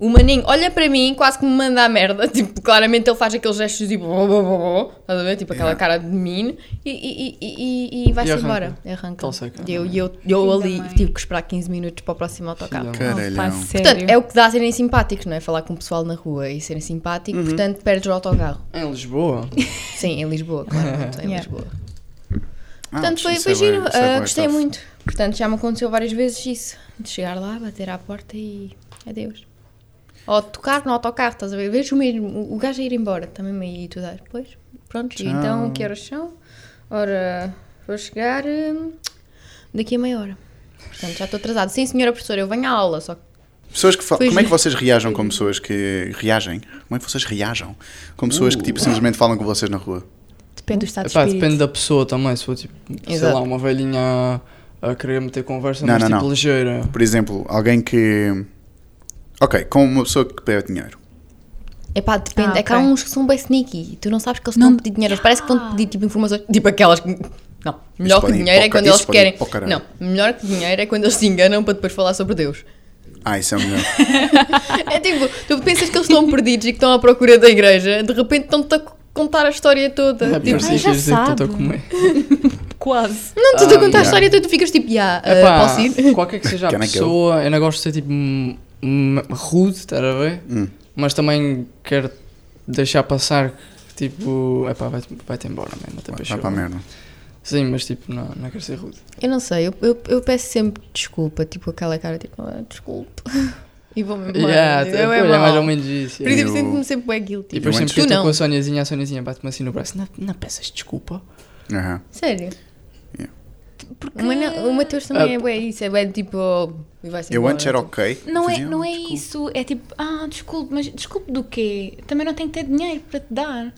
Speaker 4: O maninho olha para mim, quase que me manda a merda. Tipo, claramente ele faz aqueles gestos tipo, "Bó, bó, bó, bó", estás a ver? Tipo, aquela
Speaker 3: Yeah.
Speaker 4: cara de menino e, e- e- e- e vai-se
Speaker 2: E arranca.
Speaker 4: embora. Arranca.
Speaker 2: Tão seca.
Speaker 4: E eu, e eu, eu
Speaker 1: Filho da
Speaker 4: ali
Speaker 1: mãe.
Speaker 4: tive que esperar 15 minutos para o próximo autocarro.
Speaker 2: Filho da
Speaker 3: Caralhão.
Speaker 1: Opa, Oh, sério.
Speaker 4: Portanto, é o que dá serem simpáticos, não é? Falar com o pessoal na rua e serem simpático,
Speaker 2: Uhum.
Speaker 4: portanto, perdes o autocarro.
Speaker 2: Em Lisboa?
Speaker 4: Sim, em Lisboa, claramente, em
Speaker 1: Yeah.
Speaker 4: Lisboa.
Speaker 3: Ah,
Speaker 4: Portanto, foi,
Speaker 3: isso
Speaker 4: foi
Speaker 3: é bué-
Speaker 4: giro,
Speaker 3: isso é
Speaker 4: ah,
Speaker 3: bué
Speaker 4: gostei
Speaker 3: tough.
Speaker 4: muito. Portanto, já me aconteceu várias vezes isso, de chegar lá, bater à porta e adeus. Ou de tocar no autocarro, estás a ver? Vejo o mesmo, o- o gajo a ir embora, também me ia estudar. Pois, pronto, e
Speaker 3: Tchau.
Speaker 4: então, que horas são? Ora, vou chegar hum, daqui a meia hora. Portanto, já estou atrasado. Sim, senhora professora, eu venho à aula, só que
Speaker 3: Pessoas que fal-
Speaker 4: Foi
Speaker 3: Como é que
Speaker 4: giro.
Speaker 3: vocês reagem com pessoas que. Reagem? Como é que vocês reagem com pessoas que tipo, simplesmente falam com vocês na rua?
Speaker 1: Depende do estado de
Speaker 2: Epá,
Speaker 1: espírito.
Speaker 2: depende da pessoa também. Se for tipo, sei
Speaker 4: Exato.
Speaker 2: lá, uma velhinha a, a querer meter conversa,
Speaker 3: Não,
Speaker 2: mas
Speaker 3: não,
Speaker 2: tipo
Speaker 3: não.
Speaker 2: ligeira.
Speaker 3: Por exemplo, alguém que. Ok, com uma pessoa que pede dinheiro.
Speaker 4: É pá, depende.
Speaker 1: Ah,
Speaker 4: É que há
Speaker 1: ok.
Speaker 4: uns que são bem sneaky. Tu não sabes que eles
Speaker 1: Não- Ah.
Speaker 4: estão a pedir dinheiro. Eles parecem que vão te pedir tipo informações. Tipo aquelas que. Não, melhor que
Speaker 3: podem ir
Speaker 4: dinheiro
Speaker 3: para
Speaker 4: é
Speaker 3: o ca-
Speaker 4: quando
Speaker 3: isso
Speaker 4: eles
Speaker 3: pode ir
Speaker 4: querem.
Speaker 3: para o caralho.
Speaker 4: Não, melhor que dinheiro é quando eles se enganam para depois falar sobre Deus.
Speaker 3: Ah, isso é o melhor.
Speaker 4: É tipo, tu pensas que eles estão perdidos e que estão à procura da igreja, de repente estão-te a c- contar a história toda.
Speaker 2: É
Speaker 4: tipo,
Speaker 2: por si
Speaker 1: Ah, já
Speaker 2: que
Speaker 1: sabe.
Speaker 2: estou a comer.
Speaker 1: Quase.
Speaker 4: não, tu te a contar a
Speaker 3: Ah, yeah.
Speaker 4: história toda, tu ficas tipo, ah,
Speaker 2: Epá,
Speaker 4: posso ir?
Speaker 2: qualquer que seja a
Speaker 3: Can I go?
Speaker 2: pessoa, eu não gosto de ser tipo m- m- rude, estás a ver?
Speaker 3: Hum.
Speaker 2: Mas também quero deixar passar que tipo, epá, vai-te vai embora, man, até
Speaker 3: Vai
Speaker 2: para
Speaker 3: para a merda.
Speaker 2: Sim, mas tipo, não, não quero ser rude.
Speaker 4: Eu não sei, eu, eu, eu peço sempre desculpa, tipo aquela cara, tipo, ah, desculpe. E vou-me embora.
Speaker 2: Yeah,
Speaker 4: entendeu?
Speaker 2: é, é mais
Speaker 4: mau.
Speaker 2: ou menos isso.
Speaker 4: Por
Speaker 2: yeah.
Speaker 4: isso,
Speaker 3: Eu-
Speaker 4: sinto-me sempre bem guilty.
Speaker 2: E depois
Speaker 3: Eu
Speaker 2: sempre
Speaker 3: antes-
Speaker 2: que eu
Speaker 4: Tu
Speaker 2: estou
Speaker 4: não.
Speaker 2: com a Soniazinha, a Soniazinha bate-me assim no braço, não, não peças desculpa.
Speaker 3: Aham.
Speaker 4: Sério?
Speaker 1: Porque
Speaker 4: O Mane- o Mateus também é bué isso, é bué tipo... e vai-se
Speaker 3: Ah, Eu
Speaker 4: embora,
Speaker 3: antes era
Speaker 4: tipo.
Speaker 3: ok.
Speaker 1: Não é,
Speaker 3: dizia,
Speaker 1: não
Speaker 3: "Ah,
Speaker 1: é
Speaker 3: desculpa."
Speaker 1: isso, é tipo, ah, desculpe, mas desculpe do quê? Também não tenho que ter dinheiro para te dar.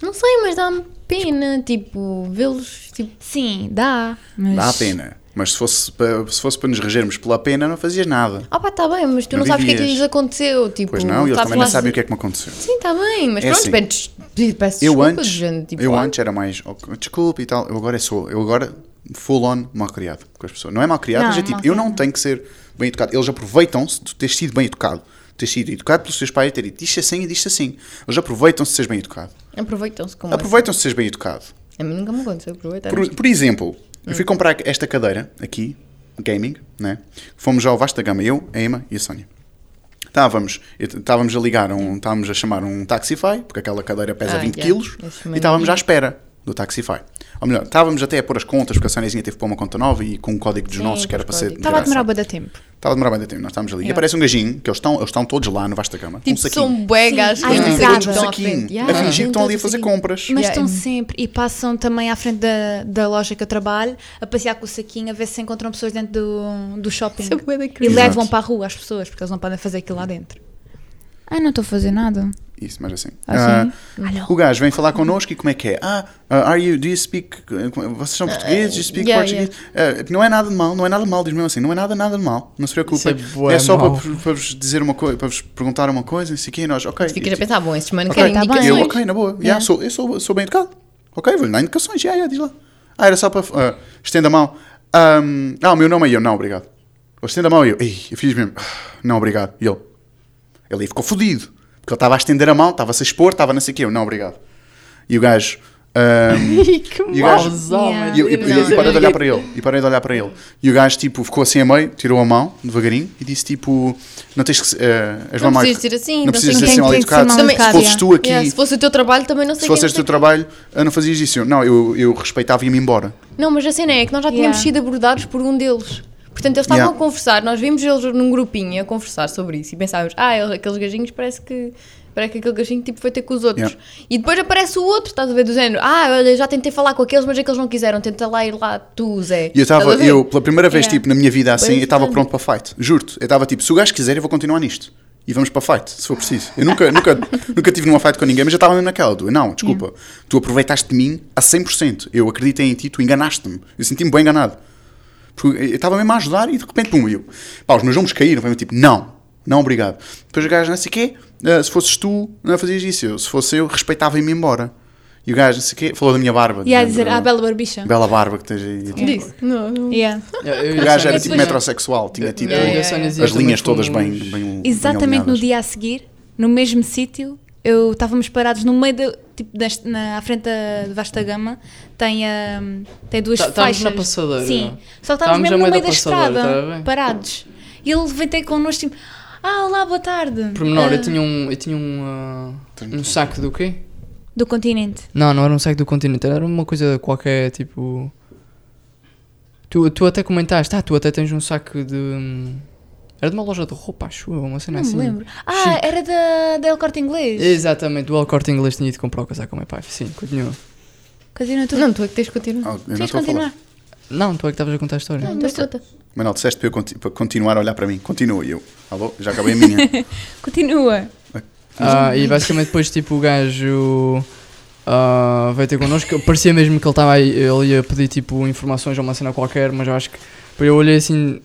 Speaker 4: Não sei, mas dá-me pena, tipo, vê-los, tipo...
Speaker 1: Sim, dá. Mas...
Speaker 3: Dá a pena. Mas se fosse, para, se fosse para nos regermos pela pena, não fazias nada.
Speaker 4: Ah pá, tá bem, mas tu não,
Speaker 3: Não
Speaker 4: sabes o que é que
Speaker 3: vivias.
Speaker 4: lhes aconteceu, tipo...
Speaker 3: Pois não, eles
Speaker 1: Tá
Speaker 4: sabes
Speaker 3: também não
Speaker 4: lá se-
Speaker 3: sabem o que é que me aconteceu.
Speaker 4: Sim, tá bem, mas
Speaker 3: É
Speaker 4: pronto,
Speaker 3: assim.
Speaker 4: peço, des- peço
Speaker 3: Eu
Speaker 4: desculpa,
Speaker 3: antes,
Speaker 4: do género, tipo,
Speaker 3: eu
Speaker 4: ah,
Speaker 3: antes era mais ok, desculpa e tal. Eu agora sou, eu agora full on mal criado com as pessoas. Não é mal criado,
Speaker 1: Não,
Speaker 3: mas é tipo, eu não
Speaker 1: malcriado.
Speaker 3: tenho que ser bem educado. Eles aproveitam-se de teres sido bem educado. De Teres sido educado pelos teus pais, ter dito isto assim e disto assim. Eles aproveitam-se de seres bem educado.
Speaker 4: Aproveitam-se como
Speaker 3: Aproveitam-se de seres bem educado.
Speaker 4: é. A mim nunca me aconteceu aproveitar.
Speaker 3: Por, por exemplo, eu fui comprar esta cadeira aqui, gaming, né? Fomos ao Vasta Gama, eu, a Emma e a Sónia. Estávamos, eu t- estávamos a ligar, um, estávamos a chamar um Taxify, porque aquela cadeira pesa
Speaker 4: Ah,
Speaker 3: 20
Speaker 4: yeah.
Speaker 3: quilos,
Speaker 4: Esse
Speaker 3: e
Speaker 4: mesmo.
Speaker 3: estávamos à espera do Taxify. Ou melhor, estávamos até a pôr as contas, porque a Soniazinha teve que pôr uma conta nova e com um código dos
Speaker 4: Sim,
Speaker 3: nossos que era para
Speaker 4: com
Speaker 3: ser. de
Speaker 4: código.
Speaker 1: Estava Tá a demorar
Speaker 3: graça.
Speaker 1: bué da tempo.
Speaker 3: Estava a demorar bem tempo, nós estávamos ali. E
Speaker 4: Yeah.
Speaker 3: aparece um gajinho, que eles estão, eles estão todos lá no Vasta Gama, com um
Speaker 4: Tipo,
Speaker 3: saquinho.
Speaker 4: são bué
Speaker 1: Sim.
Speaker 4: gajos
Speaker 1: Ai,
Speaker 3: Eles têm
Speaker 1: Exato.
Speaker 3: todos um
Speaker 1: Estão à
Speaker 3: saquinho,
Speaker 4: frente. Yeah.
Speaker 3: a fingir que estão ali a
Speaker 4: Todos
Speaker 3: fazer
Speaker 4: assim.
Speaker 3: compras.
Speaker 1: Mas
Speaker 4: Yeah,
Speaker 1: estão
Speaker 4: é-
Speaker 1: sempre, e passam também à frente da, da loja que eu trabalho, a passear com o saquinho, a ver se encontram pessoas dentro do, do shopping.
Speaker 4: Isso é bué da
Speaker 1: E
Speaker 4: cringe.
Speaker 1: levam
Speaker 3: Exato.
Speaker 1: para a rua as pessoas, porque eles não podem fazer aquilo lá dentro. Ah, não estou a fazer nada.
Speaker 3: Isso, mas assim.
Speaker 1: Assim.
Speaker 3: Ah,
Speaker 1: Alô?
Speaker 3: O gajo vem falar connosco e como é que é? Ah, uh, are you, do you speak, uh, vocês são portugueses, do you speak
Speaker 4: yeah,
Speaker 3: português? Uh, não é nada de mal, não é nada de mal, diz mesmo assim, não é nada, nada de mal, não se preocupe.
Speaker 2: Isso é bué
Speaker 3: É, só para,
Speaker 2: mau.
Speaker 3: para vos dizer uma coisa, para vos perguntar uma coisa, não sei o quê, e nós, ok.
Speaker 4: Ficas a
Speaker 3: E, tipo,
Speaker 4: pensar, bom, estes manos
Speaker 3: ok,
Speaker 4: querem
Speaker 1: tá bem.
Speaker 4: indicações.
Speaker 3: eu, ok, na boa, yeah, sou, eu sou, sou bem educado, ok, vou-lhe dar indicações, yeah, yeah, diz lá. Ah, era só para, uh, estenda a mão, Um, ah, o meu nome é eu, não, obrigado. Ele estende a mão e eu, ei, eu fiz mesmo, não, obrigado, e ele, ele aí ficou fodido. Porque ele estava a estender a mão, estava a se expor, estava não sei o quê. Eu, não, obrigado. E o gajo, Ahm,
Speaker 4: que
Speaker 3: E o gajo-
Speaker 2: Mauzão,
Speaker 1: Yeah.
Speaker 4: É.
Speaker 2: mas-
Speaker 3: E, eu- e-
Speaker 4: Não.
Speaker 3: e parei de olhar para ele. E parei de olhar para ele. E o gajo, tipo, ficou assim a meio, tirou a mão, devagarinho, e disse, tipo, não tens que... se- eh, as
Speaker 4: Não
Speaker 3: mamães-
Speaker 4: precisas dizer assim,
Speaker 3: não
Speaker 4: não
Speaker 3: precisas
Speaker 4: sei
Speaker 3: dizer
Speaker 4: quem
Speaker 3: assim mal
Speaker 1: tem que ser
Speaker 3: educado.
Speaker 1: mal
Speaker 3: Se
Speaker 1: educado,
Speaker 3: fosses
Speaker 1: yeah.
Speaker 3: tu aqui,
Speaker 4: Yeah, se fosse o teu trabalho também não sei quem,
Speaker 3: se
Speaker 4: é não
Speaker 3: fosses
Speaker 4: sei
Speaker 3: teu trabalho, eu não fazias isso. Eu, Não, eu, eu respeitava e ia-me embora.
Speaker 4: Não, mas a cena é que nós já tínhamos
Speaker 1: Yeah.
Speaker 4: sido abordados por um deles. Portanto, eles estavam
Speaker 3: Yeah.
Speaker 4: a conversar, nós vimos eles num grupinho a conversar sobre isso e pensávamos, ah, eles- aqueles gajinhos parece que. Parece que aquele gajinho tipo, foi ter com os outros.
Speaker 3: Yeah.
Speaker 4: E depois aparece o outro, estás a ver, do género. Ah, olha, já tentei falar com aqueles, mas aqueles não quiseram. Tenta lá ir lá, tu, Zé.
Speaker 3: E eu estava,
Speaker 4: Estás a ver?
Speaker 3: eu, pela primeira vez,
Speaker 1: Yeah.
Speaker 3: tipo, na minha vida assim,
Speaker 4: Pois
Speaker 3: eu estava
Speaker 4: é.
Speaker 3: pronto para fight. Juro-te. Eu estava tipo, se o gajo quiser, eu vou continuar nisto. E vamos para fight, se for preciso. Eu nunca, nunca, nunca tive numa fight com ninguém, mas já estava mesmo naquela. Do, não, desculpa, tu aproveitaste de mim a 100%. Eu acreditei em ti, tu enganaste-me. Eu senti-me bem enganado. Porque eu estava mesmo a ajudar e de repente, pum, eu. Pá, os meus ombros caíram. Foi tipo, não, não, obrigado. Depois o gajo, não sei o quê, ah, se fosses tu, não fazias isso. Eu, se fosse eu, respeitava e me embora. E o gajo, não sei o quê, falou da minha barba.
Speaker 1: E a
Speaker 3: do
Speaker 1: dizer,
Speaker 3: género,
Speaker 1: ah, bela barbicha.
Speaker 3: bela barba que tens aí. Tipo,
Speaker 4: Disse. Não, não.
Speaker 1: Yeah.
Speaker 2: Yeah, eu e
Speaker 3: o
Speaker 2: a
Speaker 3: gajo
Speaker 2: Sónia
Speaker 3: era tipo
Speaker 2: também-
Speaker 3: metrosexual, tinha tipo
Speaker 2: eu e a
Speaker 4: Yeah,
Speaker 2: Sónia
Speaker 4: yeah,
Speaker 2: Zia
Speaker 3: as
Speaker 2: também
Speaker 3: linhas todas bem,
Speaker 2: fomos-
Speaker 3: bem.
Speaker 1: Exatamente no
Speaker 3: alinhadas.
Speaker 1: dia a seguir, no mesmo sítio, eu estávamos parados no meio da. Tipo, deste- na, à frente da de vasta gama, tem, hum, tem duas
Speaker 2: Tá- estávamos
Speaker 1: faixas.
Speaker 2: na passadeira.
Speaker 1: Sim. Só
Speaker 2: Estávamos
Speaker 1: que estávamos mesmo
Speaker 2: a
Speaker 1: no
Speaker 2: meio
Speaker 1: meio da,
Speaker 2: da passadeira, estava
Speaker 1: estrada,
Speaker 2: bem?
Speaker 1: parados. E ele veio ter connosco, tipo, ah, olá, boa tarde.
Speaker 2: Pormenor,
Speaker 1: Ah,
Speaker 4: Uhum.
Speaker 2: eu tinha um. Eu tinha um. ah, um saco do quê?
Speaker 1: Do continente.
Speaker 2: Não, não era um saco do continente, era uma coisa qualquer tipo. Tu, tu até comentaste, ah, tu até tens um saco de. hum, Era de uma loja de roupa, acho eu, uma cena
Speaker 3: É
Speaker 1: Não
Speaker 2: assim.
Speaker 1: me lembro. Ah,
Speaker 2: Chique.
Speaker 1: era da, da El Corte Inglês.
Speaker 2: Exatamente, do El Corte Inglês tinha ido comprar o casaco ao meu pai. Sim, continua.
Speaker 1: Continua tu.
Speaker 4: Não, tu é que tens de continuar.
Speaker 3: Ah, eu não
Speaker 1: Tens de
Speaker 3: estou a
Speaker 1: continuar.
Speaker 3: falar.
Speaker 2: Não, tu é que estavas a contar a história.
Speaker 4: Não, mas conta.
Speaker 3: Manuel, disseste para eu conti- para continuar a olhar para mim. Continua. E eu, alô, já acabei a minha.
Speaker 1: Continua.
Speaker 2: Ah, e basicamente depois tipo o gajo ah, veio ter connosco. Parecia mesmo que ele estava aí, ele ia pedir tipo informações ou uma cena qualquer, mas eu acho que depois eu olhei assim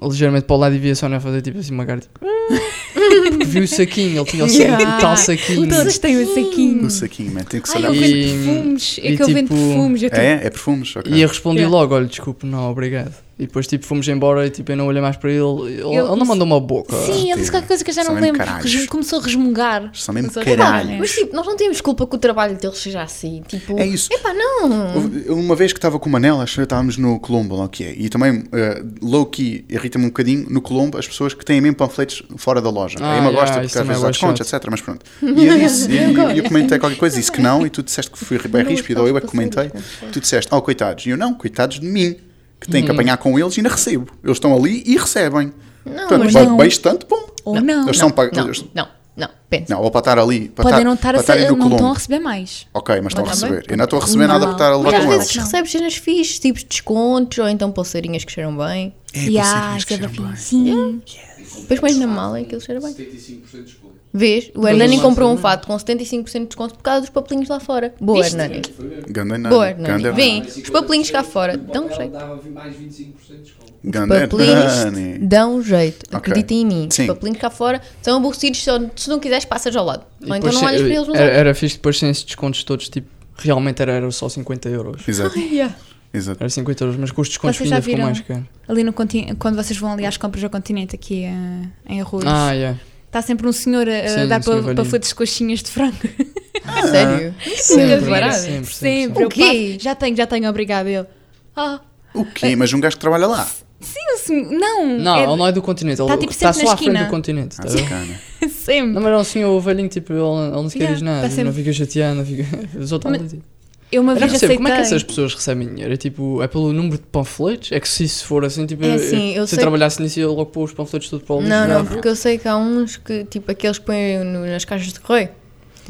Speaker 2: ligeiramente para o lado e vi a Sónia fazer tipo assim uma cara tipo. Porque vi o saquinho, ele tinha o, sa-
Speaker 1: Yeah.
Speaker 2: o tal saquinho.
Speaker 1: Todas têm o
Speaker 3: No
Speaker 1: saquinho.
Speaker 3: Um saquinho, man. Tem que se
Speaker 1: Ai,
Speaker 3: olhar
Speaker 1: eu
Speaker 2: E-
Speaker 3: para
Speaker 1: vendo perfumes. É
Speaker 2: e
Speaker 1: que eu vendo
Speaker 2: tipo-
Speaker 1: perfumes. Eu tô-
Speaker 3: É? É perfumes? Ok.
Speaker 2: E eu respondi
Speaker 1: Yeah.
Speaker 2: logo, olha, desculpe, não, obrigado. E depois tipo fomos embora e tipo eu não olhei mais para ele. Ele, ele
Speaker 1: isso-
Speaker 2: não mandou uma boca.
Speaker 1: Sim, ele
Speaker 3: Teve.
Speaker 1: disse qualquer coisa que eu já
Speaker 3: Só
Speaker 1: não me
Speaker 3: mesmo
Speaker 1: lembro.
Speaker 3: caralhos.
Speaker 1: resmu- Começou a resmungar.
Speaker 3: São mesmo
Speaker 1: Começou a-
Speaker 3: caralho.
Speaker 4: Mas tipo, nós não temos culpa que o trabalho deles seja assim. Tipo,
Speaker 3: É isso.
Speaker 4: Epá, não.
Speaker 3: Houve- Uma vez que estava com o Manel, acho que estávamos no Colombo, lá o que é. E também, eh, low-key, irrita-me um bocadinho, no Colombo, as pessoas que têm mesmo panfletos fora da loja.
Speaker 2: Ah,
Speaker 3: a
Speaker 2: yeah,
Speaker 3: Emma gosta
Speaker 2: isso
Speaker 3: porque às
Speaker 2: também é
Speaker 3: vezes dá
Speaker 2: bullshit.
Speaker 3: descontos, etc. Mas pronto. E eu, disse, e- e- e eu comentei qualquer coisa, disse que não, e tu disseste que fui bem ríspido, ou eu é que comentei. Tu disseste, oh, coitados. E eu, não, coitados de mim, que tenho que apanhar com eles e ainda recebo. Eles estão ali e recebem. Portanto,
Speaker 1: mas
Speaker 3: bem-
Speaker 1: Uhum. não.
Speaker 3: bem estando, bom.
Speaker 1: Ou não.
Speaker 3: Eles
Speaker 1: Não,
Speaker 3: são pag-
Speaker 4: Não,
Speaker 3: eles-
Speaker 4: não, não, pensa.
Speaker 3: Não, ou para estar ali, para
Speaker 1: Podem
Speaker 3: estar,
Speaker 1: não estar
Speaker 3: para
Speaker 1: a ser,
Speaker 3: estarem no
Speaker 1: não estão a
Speaker 3: Colombo.
Speaker 1: receber mais.
Speaker 3: Ok, mas estão a
Speaker 4: Mas
Speaker 3: receber.
Speaker 4: também-
Speaker 3: Eu não estou a receber nada
Speaker 1: Não.
Speaker 3: para estar a levar
Speaker 4: Mas às
Speaker 3: com
Speaker 4: vezes
Speaker 3: eles.
Speaker 1: não.
Speaker 4: recebes cenas fixes, tipo descontos, ou então pulseirinhas que cheiram bem.
Speaker 3: É,
Speaker 1: Yeah,
Speaker 3: pulseirinhas que
Speaker 1: isso é
Speaker 3: cheiram
Speaker 1: bem.
Speaker 3: bem.
Speaker 1: Sim.
Speaker 4: Depois pões na mala e aquilo cheira bem.
Speaker 5: 75% de escolha.
Speaker 4: Vês? O Hernani comprou um fato com 75% de desconto por causa dos papelinhos lá fora. Boa,
Speaker 1: Viste?
Speaker 4: Hernani.
Speaker 3: Ganda Hernani.
Speaker 4: Boa,
Speaker 3: Ganda
Speaker 4: Hernani. Vem,
Speaker 5: Mas
Speaker 4: os papelinhos cá
Speaker 5: 50%
Speaker 4: fora
Speaker 5: de
Speaker 4: dão um
Speaker 5: papel
Speaker 4: jeito.
Speaker 5: Dava mais 25% de escolha.
Speaker 3: Ganda
Speaker 4: Papelinhos
Speaker 3: Hernani.
Speaker 4: dão um jeito.
Speaker 3: Ok.
Speaker 4: Acreditem em mim. Os
Speaker 3: Sim.
Speaker 4: papelinhos cá fora são aborrecidos. só- Se não quiseres, passas ao lado.
Speaker 2: E
Speaker 4: Ou então
Speaker 2: depois
Speaker 4: não
Speaker 2: se- é,
Speaker 4: olhas para eles nos
Speaker 2: era,
Speaker 4: olhos.
Speaker 2: era fixe depois sem esses descontos todos, tipo, realmente era, era só 50 euros.
Speaker 3: Exato,
Speaker 4: Yeah.
Speaker 3: exato.
Speaker 2: Era 50 euros, mas com os descontos
Speaker 1: Vocês já
Speaker 2: ainda ficou
Speaker 1: viram?
Speaker 2: mais caro.
Speaker 1: Ali no continente, quando vocês vão ali às compras ao continente, aqui eh, em Arroz,
Speaker 2: Ah, yeah.
Speaker 1: está sempre um senhor a- a
Speaker 2: Sim,
Speaker 1: dar
Speaker 2: um senhor
Speaker 1: para
Speaker 2: velhinho.
Speaker 1: panfletos de coxinhas de frango.
Speaker 4: Ah,
Speaker 2: é.
Speaker 4: sério? Sempre,
Speaker 1: Sempre,
Speaker 2: sempre, sempre,
Speaker 1: sempre.
Speaker 4: sempre. O quê?
Speaker 1: Eu passo, já tenho, já tenho, obrigado. Ele. Ah,
Speaker 3: O quê? Mas um gajo que trabalha lá.
Speaker 1: sim, o senhor. Não,
Speaker 2: Não,
Speaker 1: é
Speaker 2: ele não é do continente, ele
Speaker 1: tá
Speaker 2: está
Speaker 1: tipo sempre
Speaker 2: só
Speaker 1: na
Speaker 2: à frente
Speaker 1: esquina.
Speaker 2: do continente.
Speaker 3: Ah,
Speaker 2: tá bem?
Speaker 3: sacana.
Speaker 1: sempre.
Speaker 2: não, mas é um senhor velhinho, tipo, ele, ele não sequer
Speaker 1: Yeah,
Speaker 2: diz nada,
Speaker 1: tá sempre-
Speaker 2: não fica chateado, não fica. Os outros
Speaker 1: Mas-
Speaker 2: ali, tipo.
Speaker 1: Eu uma
Speaker 2: Eu não
Speaker 1: vez
Speaker 2: percebo,
Speaker 1: aceitei.
Speaker 2: como é que essas pessoas recebem dinheiro? É tipo, é pelo número de panfletos? É que se isso for assim, tipo,
Speaker 4: É
Speaker 2: eu-
Speaker 4: assim, eu
Speaker 2: se
Speaker 4: sei-
Speaker 2: eu trabalhasse nisso, eu logo pôr os panfletos tudo para o lixo. é?
Speaker 4: Não, não,
Speaker 3: Não.
Speaker 4: porque eu sei que há uns que, tipo, aqueles que põem no- nas caixas de correio.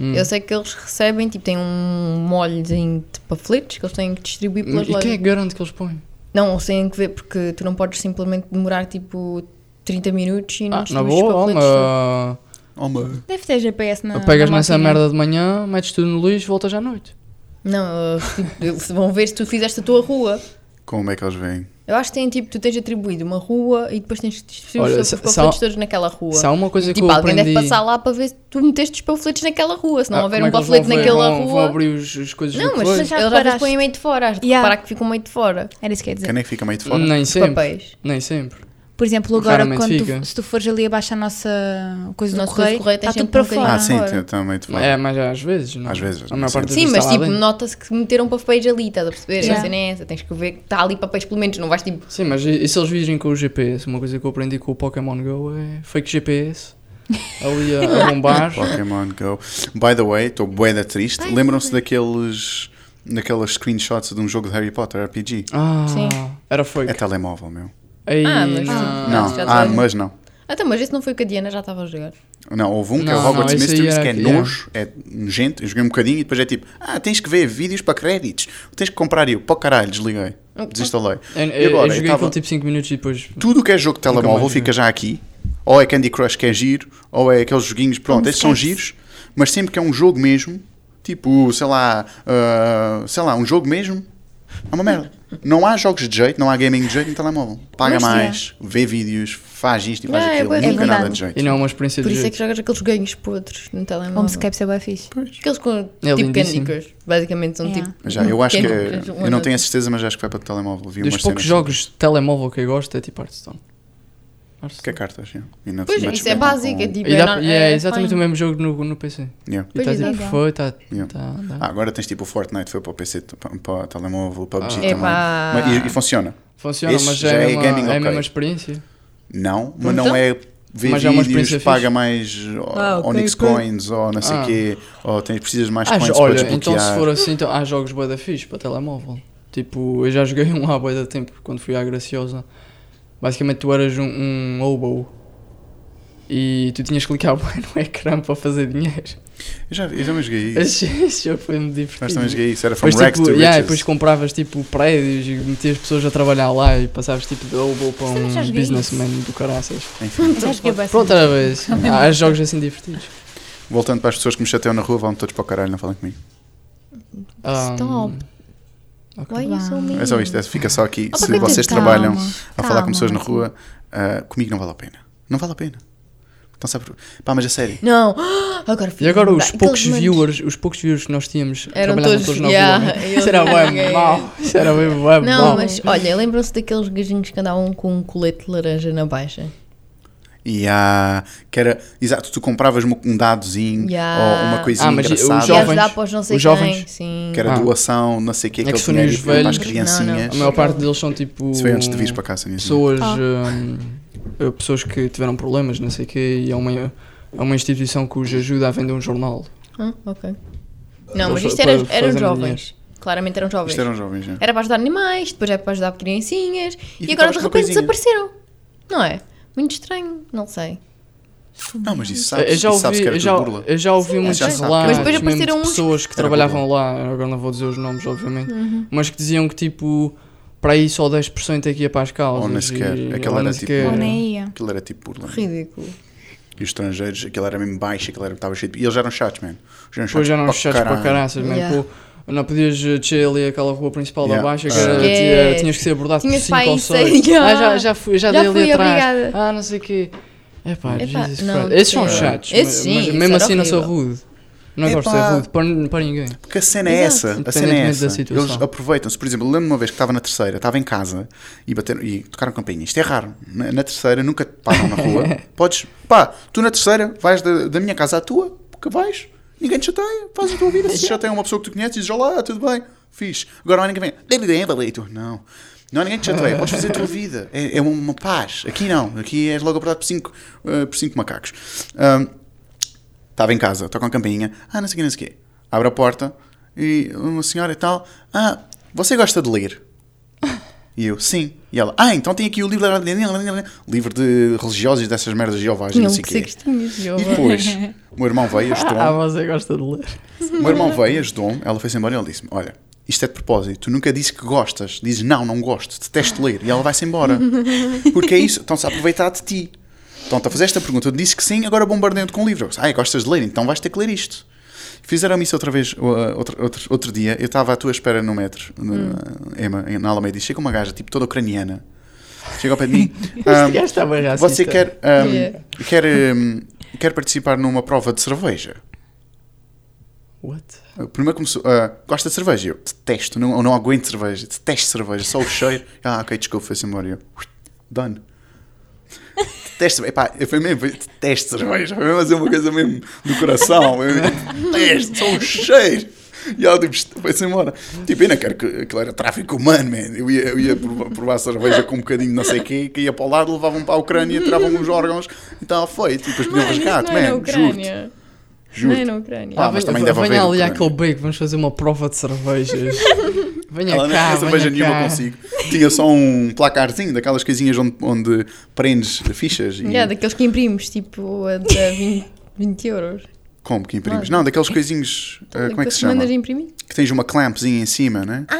Speaker 2: Hum.
Speaker 4: Eu sei que eles recebem, tipo, tem um molhozinho de panfletos que eles têm que distribuir pelas
Speaker 2: E
Speaker 4: lojas.
Speaker 2: quem é que garante que eles põem?
Speaker 4: Não, eles têm que ver porque tu não podes simplesmente demorar, tipo, 30 minutos e não
Speaker 2: Ah, na
Speaker 4: distribuis
Speaker 2: boa,
Speaker 4: panfletos.
Speaker 2: mas.
Speaker 3: Oh, mano.
Speaker 1: Deve ter GPS na.
Speaker 2: pegas
Speaker 1: na
Speaker 2: nessa
Speaker 1: máquina.
Speaker 2: merda de manhã, metes tudo no lixo, voltas à noite.
Speaker 4: Não, eles, tipo, eles vão ver se tu fizeste a tua rua.
Speaker 3: Como é que eles vêm?
Speaker 4: Eu acho que tem, tipo, tu tens atribuído uma rua e depois tens que distribuir
Speaker 2: Olha,
Speaker 4: os
Speaker 2: se-
Speaker 4: panfletos
Speaker 2: se há-
Speaker 4: todos naquela rua.
Speaker 2: Se há uma coisa
Speaker 4: tipo,
Speaker 2: que eu
Speaker 4: alguém
Speaker 2: aprendi...
Speaker 4: deve passar lá para ver se tu meteste os panfletos naquela rua. Se não
Speaker 2: Ah,
Speaker 4: houver
Speaker 2: como
Speaker 4: um
Speaker 2: é que eles
Speaker 4: panfleto
Speaker 2: vão ver?
Speaker 4: naquela
Speaker 2: Vão-
Speaker 4: rua.
Speaker 2: Vão abrir os, as coisas
Speaker 4: Não,
Speaker 2: do
Speaker 4: mas
Speaker 2: coelho?
Speaker 4: eles
Speaker 1: já
Speaker 4: às vezes
Speaker 1: reparaste?
Speaker 4: põem meio de fora. Has de
Speaker 1: Yeah.
Speaker 4: reparar que ficam meio de fora.
Speaker 1: Era isso que eu ia dizer.
Speaker 3: Quem é que fica meio de fora?
Speaker 2: Hum, Nem
Speaker 4: Os
Speaker 2: sempre.
Speaker 4: papéis.
Speaker 2: Nem sempre.
Speaker 1: Por exemplo, agora,
Speaker 2: Raramente
Speaker 1: quando tu,
Speaker 2: fica.
Speaker 1: se tu fores ali abaixo à nossa coisa do
Speaker 4: Nosso
Speaker 1: correio,
Speaker 4: correio tem
Speaker 1: está tudo
Speaker 4: sempre
Speaker 1: para
Speaker 4: um correio.
Speaker 1: fora.
Speaker 3: Ah, sim,
Speaker 4: Fora.
Speaker 3: tem- também te falo.
Speaker 2: É, mas às vezes, não?
Speaker 3: Às vezes,
Speaker 2: A maior
Speaker 3: sim.
Speaker 2: parte das
Speaker 4: Sim,
Speaker 2: vezes
Speaker 4: mas
Speaker 2: está tá lá
Speaker 4: tipo,
Speaker 2: dentro.
Speaker 4: nota-se que meteram papéis ali, estás a perceber?
Speaker 1: Sim.
Speaker 4: A cena é essa, tens que ver que está ali papéis, pelo menos não vais tipo.
Speaker 2: Sim, mas e, e se eles virem com o GPS? Uma coisa que eu aprendi com o Pokémon Go é fake GPS. Ali a, a bombar.
Speaker 3: Pokémon Go. By the way, estou boeda triste.
Speaker 1: By the
Speaker 3: Lembram-se daqueles. daquelas screenshots de um jogo de Harry Potter RPG?
Speaker 2: Ah,
Speaker 1: Sim.
Speaker 2: era
Speaker 3: É
Speaker 2: fake.
Speaker 3: telemóvel, meu.
Speaker 2: Aí,
Speaker 4: Ah, mas-
Speaker 2: não.
Speaker 3: não,
Speaker 4: acho que já
Speaker 3: ah,
Speaker 4: sei.
Speaker 3: mas não.
Speaker 4: Ah, então, mas esse não foi o que a Diana já estava a jogar.
Speaker 3: Não, houve um que é o
Speaker 2: Não, não,
Speaker 3: Hogwarts
Speaker 2: esse aí
Speaker 3: Mysteries,
Speaker 2: era
Speaker 3: que é
Speaker 2: aqui, é.
Speaker 3: nojo, é nojento. Eu joguei um bocadinho e depois é tipo, ah, tens que ver vídeos para créditos, tens que comprar. E eu, pô caralho, desliguei, desinstalei.
Speaker 2: Eu, eu,
Speaker 3: E agora?
Speaker 2: eu
Speaker 3: Eu
Speaker 2: joguei
Speaker 3: tava-
Speaker 2: aquilo tipo 5 minutos e depois.
Speaker 3: Tudo o que é jogo de
Speaker 2: Nunca
Speaker 3: telemóvel
Speaker 2: mais né?
Speaker 3: fica
Speaker 2: vi.
Speaker 3: já aqui. Ou é Candy Crush que é giro, ou é aqueles joguinhos, pronto,
Speaker 1: Como
Speaker 3: estes são
Speaker 1: Skype.
Speaker 3: giros, mas sempre que é um jogo mesmo, tipo, sei lá, ah, sei lá, um jogo mesmo, é uma merda. Não há jogos de jeito, não há gaming de jeito no telemóvel. Paga
Speaker 1: Mas,
Speaker 3: mais, vê vídeos, faz isto e faz
Speaker 4: Ah, é
Speaker 3: aquilo,
Speaker 4: bué
Speaker 3: nunca
Speaker 1: verdade.
Speaker 3: nada de jeito.
Speaker 2: E não é uma experiência
Speaker 4: Por
Speaker 2: de
Speaker 4: isso é
Speaker 2: jeito.
Speaker 4: que jogas aqueles ganhos podres no telemóvel.
Speaker 1: Homescapes é bem fixe.
Speaker 4: Aqueles com
Speaker 2: É
Speaker 4: tipo Candy
Speaker 2: lindíssimo.
Speaker 4: Crush. Basicamente são
Speaker 1: Yeah.
Speaker 4: tipo.
Speaker 3: Já, eu acho que.
Speaker 4: Candy Crush, um
Speaker 3: Eu não
Speaker 4: ano.
Speaker 3: tenho a certeza, mas acho que vai para o telemóvel. Vi
Speaker 2: Dos
Speaker 3: umas
Speaker 2: poucos
Speaker 3: cenas.
Speaker 2: jogos de telemóvel que eu gosto é tipo Hearthstone.
Speaker 3: Que é
Speaker 2: Hearthstone.
Speaker 3: cartas, sim. E não-
Speaker 4: Pois,
Speaker 3: mas
Speaker 4: isso é
Speaker 3: com- com-
Speaker 4: básico. É tipo.
Speaker 2: E
Speaker 4: é
Speaker 2: dá-
Speaker 4: no-
Speaker 2: e é
Speaker 4: é
Speaker 2: exatamente
Speaker 4: fine.
Speaker 2: o mesmo jogo no, no PC.
Speaker 3: Yeah.
Speaker 2: E está
Speaker 4: é,
Speaker 2: tipo,
Speaker 1: igual.
Speaker 2: foi, está.
Speaker 3: Yeah.
Speaker 2: Tá,
Speaker 3: Ah, agora tens tipo o Fortnite, foi para o PC, t- para, para o telemóvel, para o PUBG
Speaker 2: Ah.
Speaker 3: também.
Speaker 4: Epá.
Speaker 3: Mas- e, e funciona?
Speaker 2: Funciona,
Speaker 3: Esse
Speaker 2: mas
Speaker 3: já
Speaker 2: é,
Speaker 3: é
Speaker 2: a mesma-
Speaker 3: gaming,
Speaker 2: é a mesma
Speaker 3: ok.
Speaker 2: experiência.
Speaker 3: Não, mas não
Speaker 2: Então?
Speaker 3: é ver
Speaker 2: Mas é uma
Speaker 3: vídeos,
Speaker 2: experiência
Speaker 3: paga
Speaker 2: fixe.
Speaker 3: mais ó,
Speaker 4: Ah, ok,
Speaker 3: Onyx
Speaker 4: ok.
Speaker 3: Coins ou não sei o
Speaker 2: Ah.
Speaker 3: quê, ou tens, precisas de mais
Speaker 2: Ah,
Speaker 3: coins para
Speaker 2: olha,
Speaker 3: desbloquear.
Speaker 2: então se for assim, então, há jogos bué da fixe para telemóvel. Tipo, eu já joguei um há bué da tempo, quando fui à Graciosa. Basicamente tu eras um, um oboe e tu tinhas que clicar bué no ecrã para fazer dinheiro.
Speaker 3: Eu já, eu já joguei
Speaker 2: Esse
Speaker 3: isso.
Speaker 2: esse jogo foi-me
Speaker 3: Nós também
Speaker 2: divertido.
Speaker 3: joguei isso, era From
Speaker 2: Depois,
Speaker 3: Rack
Speaker 2: tipo,
Speaker 3: to
Speaker 2: yeah,
Speaker 3: Riches.
Speaker 2: depois compravas tipo prédios e metias pessoas a trabalhar lá e passavas tipo de oboe para
Speaker 1: Sim, já
Speaker 2: um
Speaker 1: joguei isso.
Speaker 2: businessman do caraças.
Speaker 3: Enfim,
Speaker 1: Já joguei bué
Speaker 2: Pronto,
Speaker 1: assim.
Speaker 2: era vez. Há jogos assim divertidos.
Speaker 3: voltando para as pessoas que me chateiam na rua, vão todos para o caralho, não falem comigo.
Speaker 2: Ah,
Speaker 4: Stop.
Speaker 2: ok.
Speaker 4: Why you so mean?
Speaker 3: É só isto, é- fica só aqui.
Speaker 4: Opa,
Speaker 3: Se
Speaker 4: calma,
Speaker 3: vocês
Speaker 1: calma.
Speaker 3: trabalham a falar
Speaker 1: Calma,
Speaker 3: com pessoas na
Speaker 1: Martim.
Speaker 3: rua, ah, comigo não vale a pena. Não vale a pena. Então sabe por... Pá, mas a sério.
Speaker 4: Não! Agora
Speaker 2: E agora os
Speaker 4: Aqueles
Speaker 2: poucos
Speaker 4: manos.
Speaker 2: viewers, os poucos viewers que nós tínhamos
Speaker 4: Eram
Speaker 2: trabalhavam todos,
Speaker 4: todos-
Speaker 2: na
Speaker 4: yeah,
Speaker 2: rua.
Speaker 4: eles
Speaker 2: Isso era
Speaker 4: eram
Speaker 2: bem
Speaker 4: gays.
Speaker 2: mau. Isso era bem, bem
Speaker 4: Não,
Speaker 2: mau.
Speaker 4: mas olha, lembram-se daqueles gajinhos que andavam com um colete de laranja na baixa?
Speaker 3: E há. Que era. Exato, tu compravas um um dadozinho
Speaker 4: Yeah.
Speaker 3: ou uma coisinha
Speaker 2: Ah, mas e- os
Speaker 3: engraçada.
Speaker 4: E
Speaker 2: Jovens.
Speaker 4: ajudar para os não sei
Speaker 2: Os
Speaker 4: quem.
Speaker 2: jovens.
Speaker 4: Sim.
Speaker 3: Que era
Speaker 2: Ah.
Speaker 3: doação, não sei o que,
Speaker 2: que
Speaker 3: aquele
Speaker 2: são
Speaker 3: dinheiro
Speaker 2: os
Speaker 3: que foi para as
Speaker 2: velhos.
Speaker 3: criancinhas.
Speaker 2: A maior parte deles são tipo.
Speaker 3: Isso foi antes de vires para cá, Sonia.
Speaker 2: Pessoas.
Speaker 1: Ah.
Speaker 2: hum, eh, pessoas que tiveram problemas, não sei o quê, e é uma, é uma instituição cuja ajuda a vender um jornal.
Speaker 4: Ah, ok. Não, mas
Speaker 2: Para-
Speaker 4: isto era,
Speaker 2: para
Speaker 4: eram
Speaker 2: fazer
Speaker 4: jovens. Claramente eram jovens.
Speaker 3: Isto um- eram jovens,
Speaker 2: É.
Speaker 3: já.
Speaker 4: Era para ajudar animais, depois era para ajudar criancinhas. E, agora
Speaker 3: ficavas
Speaker 4: de
Speaker 3: com a
Speaker 4: repente
Speaker 3: coisinha.
Speaker 4: desapareceram. Não é? Muito estranho, não sei.
Speaker 3: Não, mas isso
Speaker 2: Eu
Speaker 3: sabes,
Speaker 2: É, eu já
Speaker 3: isso sabes
Speaker 2: ouvi,
Speaker 3: que era
Speaker 2: eu já,
Speaker 3: tudo burla.
Speaker 2: eu já ouvi muitos
Speaker 3: já sabe que era
Speaker 2: relatos
Speaker 3: burla. Mas
Speaker 4: depois
Speaker 2: mesmo de
Speaker 4: apareceram uns-
Speaker 2: pessoas que
Speaker 3: Era
Speaker 2: trabalhavam lá, agora não vou dizer os nomes, obviamente,
Speaker 4: Uhum.
Speaker 2: mas que diziam que tipo. Para aí só 10% é que ia para as causas.
Speaker 3: Ou nem sequer.
Speaker 2: e-
Speaker 3: Aquela
Speaker 2: ou
Speaker 3: era
Speaker 2: nem
Speaker 3: tipo-
Speaker 2: sequer.
Speaker 1: Ou nem ia.
Speaker 3: Aquilo era tipo burla.
Speaker 4: Ridículo.
Speaker 3: E os estrangeiros, aquilo era mesmo baixo, aquilo era, estava cheio de... E eles eram chatos, man. Eles eram
Speaker 2: Depois já não chatos para
Speaker 3: Oh, caralho.
Speaker 2: caraças, mesmo.
Speaker 4: Yeah.
Speaker 2: Não podias eh, descer ali aquela rua principal
Speaker 3: Yeah.
Speaker 2: da Baixa, que
Speaker 3: Ah.
Speaker 2: era-
Speaker 4: Esquece.
Speaker 2: tinha- tinhas que ser abordado por
Speaker 4: é- Tinhas
Speaker 2: 5
Speaker 4: para
Speaker 2: ou
Speaker 4: aí seis.
Speaker 2: 6. Ah, já, já fui, já,
Speaker 4: Já
Speaker 2: dei ali
Speaker 4: fui,
Speaker 2: atrás.
Speaker 4: obrigada.
Speaker 2: Ah, não sei o quê. Epá,
Speaker 4: Epá,
Speaker 2: Jesus
Speaker 4: não,
Speaker 2: Christ.
Speaker 3: é.
Speaker 2: Esses são
Speaker 4: sei lá.
Speaker 2: chatos,
Speaker 4: Esses
Speaker 2: mas,
Speaker 4: sim,
Speaker 2: mas mesmo
Speaker 4: isso era
Speaker 2: assim não sou
Speaker 4: horrível.
Speaker 2: rude. Não gosto de ser
Speaker 3: Epá.
Speaker 2: rude para, para ninguém.
Speaker 3: Porque a cena é
Speaker 4: Exato.
Speaker 3: essa, a cena é
Speaker 2: Independentemente da
Speaker 3: essa.
Speaker 2: situação.
Speaker 3: Eles aproveitam-se. Por exemplo, lembro-me uma vez que estava na terceira, estava em casa e, bateram, e tocaram campainha. Isto é raro. Na, na terceira nunca te param na rua. Podes, pá, tu na terceira vais da, da minha casa à tua, porque vais, ninguém te chateia, faz a tua vida. Se chateia uma pessoa que tu conheces, dizes olá, tudo bem, fixe. Agora não há ninguém que vem, "Dê-lhe, dê-lhe", e tu, não. Não há ninguém que te chateia, podes fazer a tua vida. É, é uma paz. Aqui não, aqui és logo apertado por cinco, eh, por cinco macacos. Ahm, Estava em casa, toca uma campainha. Ah, não sei o que, não sei o quê. Abre a porta e uma senhora e tal. Ah, você gosta de ler? E eu, sim. E ela, ah, então tem aqui o livro, livro de religiosos e dessas merdas jeovás, e não
Speaker 4: Tinham
Speaker 3: sei o
Speaker 4: que ser
Speaker 3: quê.
Speaker 4: questões,
Speaker 3: E
Speaker 4: um Jeová.
Speaker 3: depois, o meu irmão veio,
Speaker 2: Ah,
Speaker 3: ajudou-me.
Speaker 2: você gosta de ler.
Speaker 3: O meu irmão veio, ajudou-me. Ela foi-se embora e ele disse-me, olha, isto é de propósito. Tu nunca disse que gostas. Dizes, não, não gosto, detesto ler. E ela vai-se embora. Porque é isso, estão-se a aproveitar de ti. Estão-te a fazer esta pergunta. Eu disse que sim, agora bombardeiam-te com um livro. Eu disse, Ah, gostas de ler, então vais ter que ler isto. Fizeram-me isso outra vez, uh, outro, outro, outro dia. Eu estava à tua espera no metro, na- Emma, em- na Alameda, e chega uma gaja, tipo, toda ucraniana. Chega ao pé de mim. "Ah,
Speaker 2: Já estava tá racista.
Speaker 3: você quer, ah,
Speaker 4: Yeah.
Speaker 3: quer, hum, quer participar numa prova de cerveja?
Speaker 2: What?
Speaker 3: Primeiro começou, ah, gosta de cerveja? Eu detesto, não, eu não aguento cerveja, detesto cerveja, só o cheiro. Ah, ok, desculpa, foi-se embora. Eu, done. Detesto, epá, eu fui mesmo, eu detesto cerveja, foi mesmo fazer uma coisa mesmo do coração, eu detesto, só o cheiro. E ela tipo, foi-se embora. Tipo, eu não quero que aquilo era tráfico humano, man. Eu ia, eu ia provar, provar cerveja com um bocadinho de não sei o quê, que ia para o lado, levavam para a Ucrânia, tiravam os órgãos e tal, foi. Tipo, depois pediam
Speaker 4: Mano, isso
Speaker 3: resgate,
Speaker 4: não é na
Speaker 3: man, juro-te.
Speaker 4: Ucrânia. Não é
Speaker 3: Juro.
Speaker 4: na Ucrânia.
Speaker 3: Ah, mas também
Speaker 2: venha-
Speaker 3: deve
Speaker 2: venha
Speaker 3: haver
Speaker 2: ali
Speaker 3: Ucrânia.
Speaker 2: àquele bake, vamos fazer uma prova de cervejas. Venha
Speaker 3: Ela não
Speaker 2: cá,
Speaker 3: tinha
Speaker 2: venha
Speaker 3: cerveja nenhuma
Speaker 2: cá.
Speaker 3: consigo. Tinha só um placarzinho daquelas coisinhas onde, onde prendes fichas e
Speaker 4: Yeah, É, daqueles que imprimes, tipo, a de 20, 20 euros.
Speaker 3: como que imprimes. Não, daqueles coisinhos, ah, Eh, como é que
Speaker 4: Daqueles
Speaker 3: se chama?
Speaker 4: mandas imprimir?
Speaker 3: Que tens uma clampzinha em cima, né?
Speaker 1: Ah,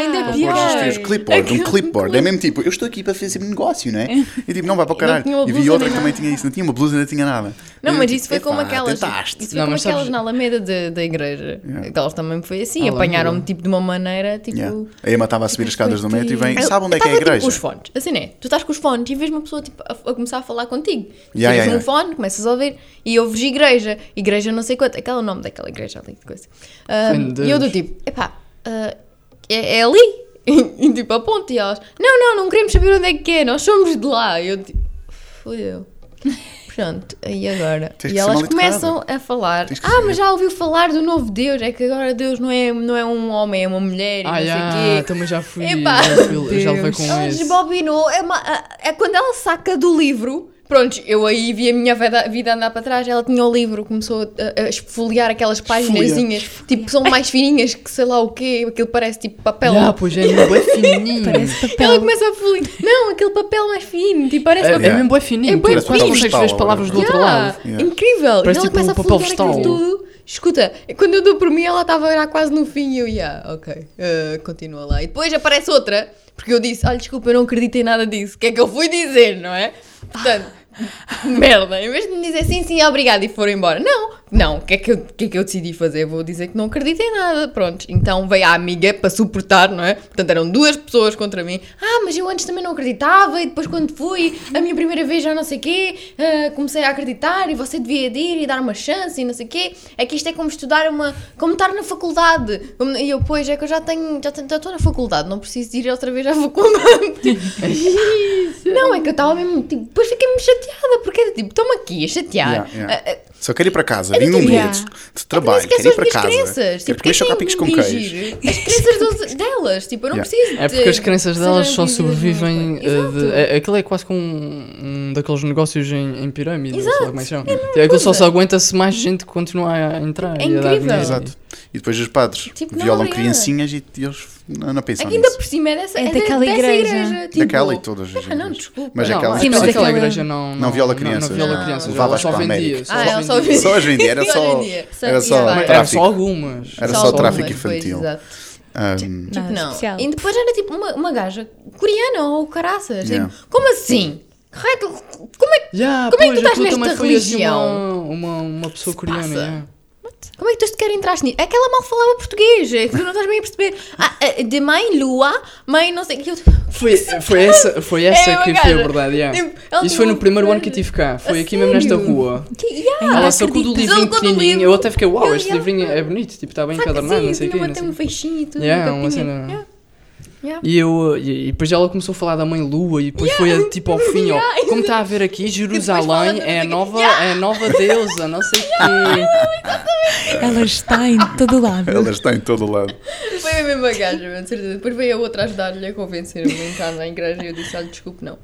Speaker 1: ainda é
Speaker 3: Ou gostas de
Speaker 1: pior.
Speaker 3: ter os clipboard, um clipboard. É mesmo tipo, eu estou aqui para fazer negócio, né? E tipo, não vai para o caralho.
Speaker 4: tinha uma
Speaker 3: E vi
Speaker 4: blusa
Speaker 3: outra
Speaker 4: nem
Speaker 3: que também
Speaker 4: nada.
Speaker 3: tinha isso, não tinha uma blusa, não tinha nada.
Speaker 4: Não,
Speaker 3: Eu,
Speaker 4: mas
Speaker 3: tipo,
Speaker 4: isso foi
Speaker 3: epá,
Speaker 4: como aquelas. tipo
Speaker 3: Tentaste.
Speaker 4: Isso foi
Speaker 2: Não,
Speaker 4: como
Speaker 2: mas
Speaker 4: aquelas
Speaker 2: sabes-
Speaker 4: na Alameda de- da igreja.
Speaker 3: Yeah.
Speaker 4: Aquelas também foi assim.
Speaker 2: Alameda.
Speaker 4: Apanharam-me tipo de uma maneira tipo.
Speaker 3: Yeah. A Emma estava a subir as escadas do metro e vem,
Speaker 4: Eu-
Speaker 3: sabe onde
Speaker 4: eu
Speaker 3: é que é a
Speaker 4: tava, tipo,
Speaker 3: igreja?
Speaker 4: com os fones. Assim é. Tu estás com os fones e vês uma pessoa tipo, a, a começar a falar contigo. Tu tiras
Speaker 3: Yeah, yeah,
Speaker 4: um
Speaker 3: yeah.
Speaker 4: fone, começas a ouvir e ouves igreja. Igreja não sei quanto. Aquele é o nome daquela igreja ali. de Coisa. Ah,
Speaker 2: Meu Deus.
Speaker 4: e eu do tipo, epá, ah, é, é ali? E, tipo aponto e elas, não, não, não queremos saber onde é que é, nós somos de lá. E eu tipo, fodeu. Pronto, e agora?
Speaker 3: Tens que
Speaker 4: e
Speaker 3: ser
Speaker 4: elas
Speaker 3: mal educada.
Speaker 4: começam a falar.
Speaker 3: Tens que
Speaker 4: Ah,
Speaker 3: ser.
Speaker 4: mas já ouviu falar do novo Deus? É que agora Deus não é, não é um homem, é uma mulher e
Speaker 2: Ah,
Speaker 4: não
Speaker 2: já,
Speaker 4: sei o quê.
Speaker 2: também já fui.
Speaker 4: Epá.
Speaker 2: já fui- eu já levei
Speaker 1: Deus.
Speaker 2: com
Speaker 4: Ela
Speaker 2: isso.
Speaker 4: desbobinou. um É, uma- é quando ela saca do livro. Pronto, eu aí vi a minha vida, vida andar para trás. Ela tinha o livro, começou a, a esfoliar aquelas páginazinhas, tipo, que são mais fininhas que sei lá o quê. Aquilo parece tipo papel.
Speaker 2: Ah, pois é, mesmo bué fininho.
Speaker 4: Ela começa a folhear. Não, aquele papel mais fino, tipo, parece
Speaker 2: É,
Speaker 4: papel.
Speaker 2: é mesmo bué
Speaker 4: É
Speaker 2: fininho.
Speaker 4: bué
Speaker 2: tu quase
Speaker 3: um
Speaker 4: fininho.
Speaker 2: consegues ver as palavras do outro
Speaker 4: Yeah,
Speaker 2: lado.
Speaker 3: Yeah.
Speaker 4: Incrível!
Speaker 2: Parece
Speaker 4: e ela
Speaker 2: tipo
Speaker 4: começa
Speaker 2: um
Speaker 4: a
Speaker 2: papel
Speaker 4: folhear aquilo
Speaker 2: vegetal.
Speaker 4: tudo. Escuta, quando eu dou por mim, ela estava já quase no fim e eu, yeah, ok, eh, continua lá. E depois aparece outra, porque eu disse, olha, desculpa, eu não acredito em nada disso. O que é que eu fui dizer, não é? Portanto, merda, em vez de me dizer sim, sim, obrigado e for embora. Não, não, o que, é que, eu, o que é que eu decidi fazer? Vou dizer que não acredito em nada. Pronto, então veio a amiga para suportar, não é? Portanto, eram duas pessoas contra mim. Ah, mas eu antes também não acreditava e depois quando fui, a minha primeira vez já não sei quê, ah, comecei a acreditar e você devia de ir e dar uma chance e não sei quê. É que isto é como estudar uma... como estar na faculdade. Como- E eu, pois, é que eu já tenho... já tenho- já estou na faculdade, não preciso de ir outra vez à faculdade. Tipo, Não, é que eu estava mesmo. Tipo, depois fiquei-me chateada, porque era tipo, estão-me aqui a chatear.
Speaker 3: Yeah, yeah.
Speaker 4: Ah, ah,
Speaker 3: Só quero ir para casa,
Speaker 4: Era
Speaker 3: vim num
Speaker 4: tipo,
Speaker 3: dia
Speaker 1: yeah.
Speaker 3: de, de
Speaker 4: mas que
Speaker 3: trabalho, quero
Speaker 4: são
Speaker 3: ir
Speaker 4: as
Speaker 3: para
Speaker 4: minhas
Speaker 3: casa.
Speaker 4: crenças.
Speaker 3: Quero
Speaker 4: Tipo, quem
Speaker 3: comer
Speaker 4: tem
Speaker 3: chocapicos
Speaker 4: de
Speaker 3: com
Speaker 4: me
Speaker 3: queijo.
Speaker 4: fingir? As crenças dos- delas, tipo, eu não
Speaker 3: Yeah.
Speaker 4: preciso.
Speaker 2: É porque
Speaker 4: de-
Speaker 2: as crenças
Speaker 4: de
Speaker 2: delas
Speaker 4: serem
Speaker 2: só
Speaker 4: vendidas de uma
Speaker 2: sobrevivem.
Speaker 4: coisa.
Speaker 2: uh, de-
Speaker 4: Exato.
Speaker 2: é- aquilo é quase como um, um daqueles negócios em, em pirâmide. ou sei lá
Speaker 4: Exato.
Speaker 2: como é que se chama. aquilo só
Speaker 4: coisa.
Speaker 2: se aguenta se mais gente continuar a entrar.
Speaker 4: É
Speaker 2: e a dar
Speaker 4: incrível.
Speaker 2: dinheiro.
Speaker 3: Exato. E depois os padres
Speaker 4: Tipo, não,
Speaker 3: violam
Speaker 4: obrigada.
Speaker 3: criancinhas e, e eles não, não pensam
Speaker 4: É que ainda
Speaker 3: nisso.
Speaker 4: por cima é dessa,
Speaker 1: É
Speaker 4: é de-
Speaker 1: daquela
Speaker 4: dessa
Speaker 1: igreja.
Speaker 4: tipo,
Speaker 3: Daquela e todas as
Speaker 4: Ah, não,
Speaker 3: igrejas.
Speaker 4: desculpa.
Speaker 3: Mas
Speaker 2: Não,
Speaker 3: aquela-
Speaker 2: Sim, mas aquela
Speaker 1: aquela-
Speaker 2: igreja não,
Speaker 3: não viola
Speaker 2: Não
Speaker 3: crianças.
Speaker 2: viola
Speaker 4: Não.
Speaker 2: crianças. Ela
Speaker 3: Levavas
Speaker 2: só
Speaker 3: para a
Speaker 2: vendia.
Speaker 3: América.
Speaker 4: Ah, ela só
Speaker 2: vendia.
Speaker 4: vendia.
Speaker 3: Só hoje em dia, era
Speaker 4: Só
Speaker 3: só,
Speaker 4: hoje em dia. Só-
Speaker 3: era só
Speaker 4: yeah, vai.
Speaker 2: Era
Speaker 3: tráfico.
Speaker 2: só algumas.
Speaker 3: Era só
Speaker 2: algumas.
Speaker 3: tráfico
Speaker 4: algumas,
Speaker 3: infantil.
Speaker 4: pois, exato.
Speaker 3: Ahm,
Speaker 4: Tipo,
Speaker 1: Nada
Speaker 4: não.
Speaker 1: especial.
Speaker 4: E depois era tipo uma, uma gaja coreana ou caraças.
Speaker 3: Yeah.
Speaker 4: Tipo, como assim? Correto? Como é que.
Speaker 2: Yeah,
Speaker 4: Como é que
Speaker 2: pois,
Speaker 4: tu estás
Speaker 2: aquilo também
Speaker 4: nesta
Speaker 2: foi assim
Speaker 4: religião?
Speaker 2: Uma, uma, uma pessoa
Speaker 4: Se passa.
Speaker 2: coreana. yeah.
Speaker 4: Como é que tu te quer entrar nisso? É que ela mal falava português, é que tu não estás bem a perceber. Ah, ah, de mãe, lua, mãe, não sei o que. Eu...
Speaker 2: Foi, foi essa, foi essa
Speaker 4: É uma
Speaker 2: que foi
Speaker 4: gaja.
Speaker 2: a verdade. yeah.
Speaker 4: Tipo, ela
Speaker 2: Isso foi no
Speaker 4: não-
Speaker 2: primeiro ano que eu tive cá. Foi
Speaker 4: A
Speaker 2: aqui mesmo nesta
Speaker 4: sério?
Speaker 2: rua.
Speaker 4: Que- yeah.
Speaker 2: Ela sacou do
Speaker 4: acredito.
Speaker 2: livrinho
Speaker 4: Sacou do
Speaker 2: pequenininho.
Speaker 4: livro.
Speaker 2: Eu até fiquei, uau,
Speaker 4: Eu-
Speaker 2: este
Speaker 4: eu-
Speaker 2: livrinho é bonito. Tipo, está bem
Speaker 4: Saca,
Speaker 2: encadernado,
Speaker 4: sim,
Speaker 2: não sei o quê.
Speaker 4: tinha
Speaker 2: não
Speaker 4: até
Speaker 2: sei
Speaker 4: um
Speaker 2: o quê.
Speaker 4: feixinho e tudo.
Speaker 2: Yeah,
Speaker 4: um
Speaker 2: uma
Speaker 4: capinha.
Speaker 2: cena-
Speaker 4: Yeah. Yeah.
Speaker 2: E, eu, e, e depois ela começou a falar da mãe Lua e depois foi tipo ao fim, ó,
Speaker 4: Yeah,
Speaker 2: como está a ver aqui,
Speaker 4: fala
Speaker 2: Jerusalém
Speaker 4: tudo
Speaker 2: é a
Speaker 4: aqui.
Speaker 2: nova, é a nova deusa, não sei o quê.
Speaker 1: Ela está em todo lado.
Speaker 3: Ela está em todo lado.
Speaker 4: Foi a mesma gaja, mano, de certeza. Depois veio a outra ajudar-lhe a convencer-me em casa na igreja e eu disse: olha, desculpe, não.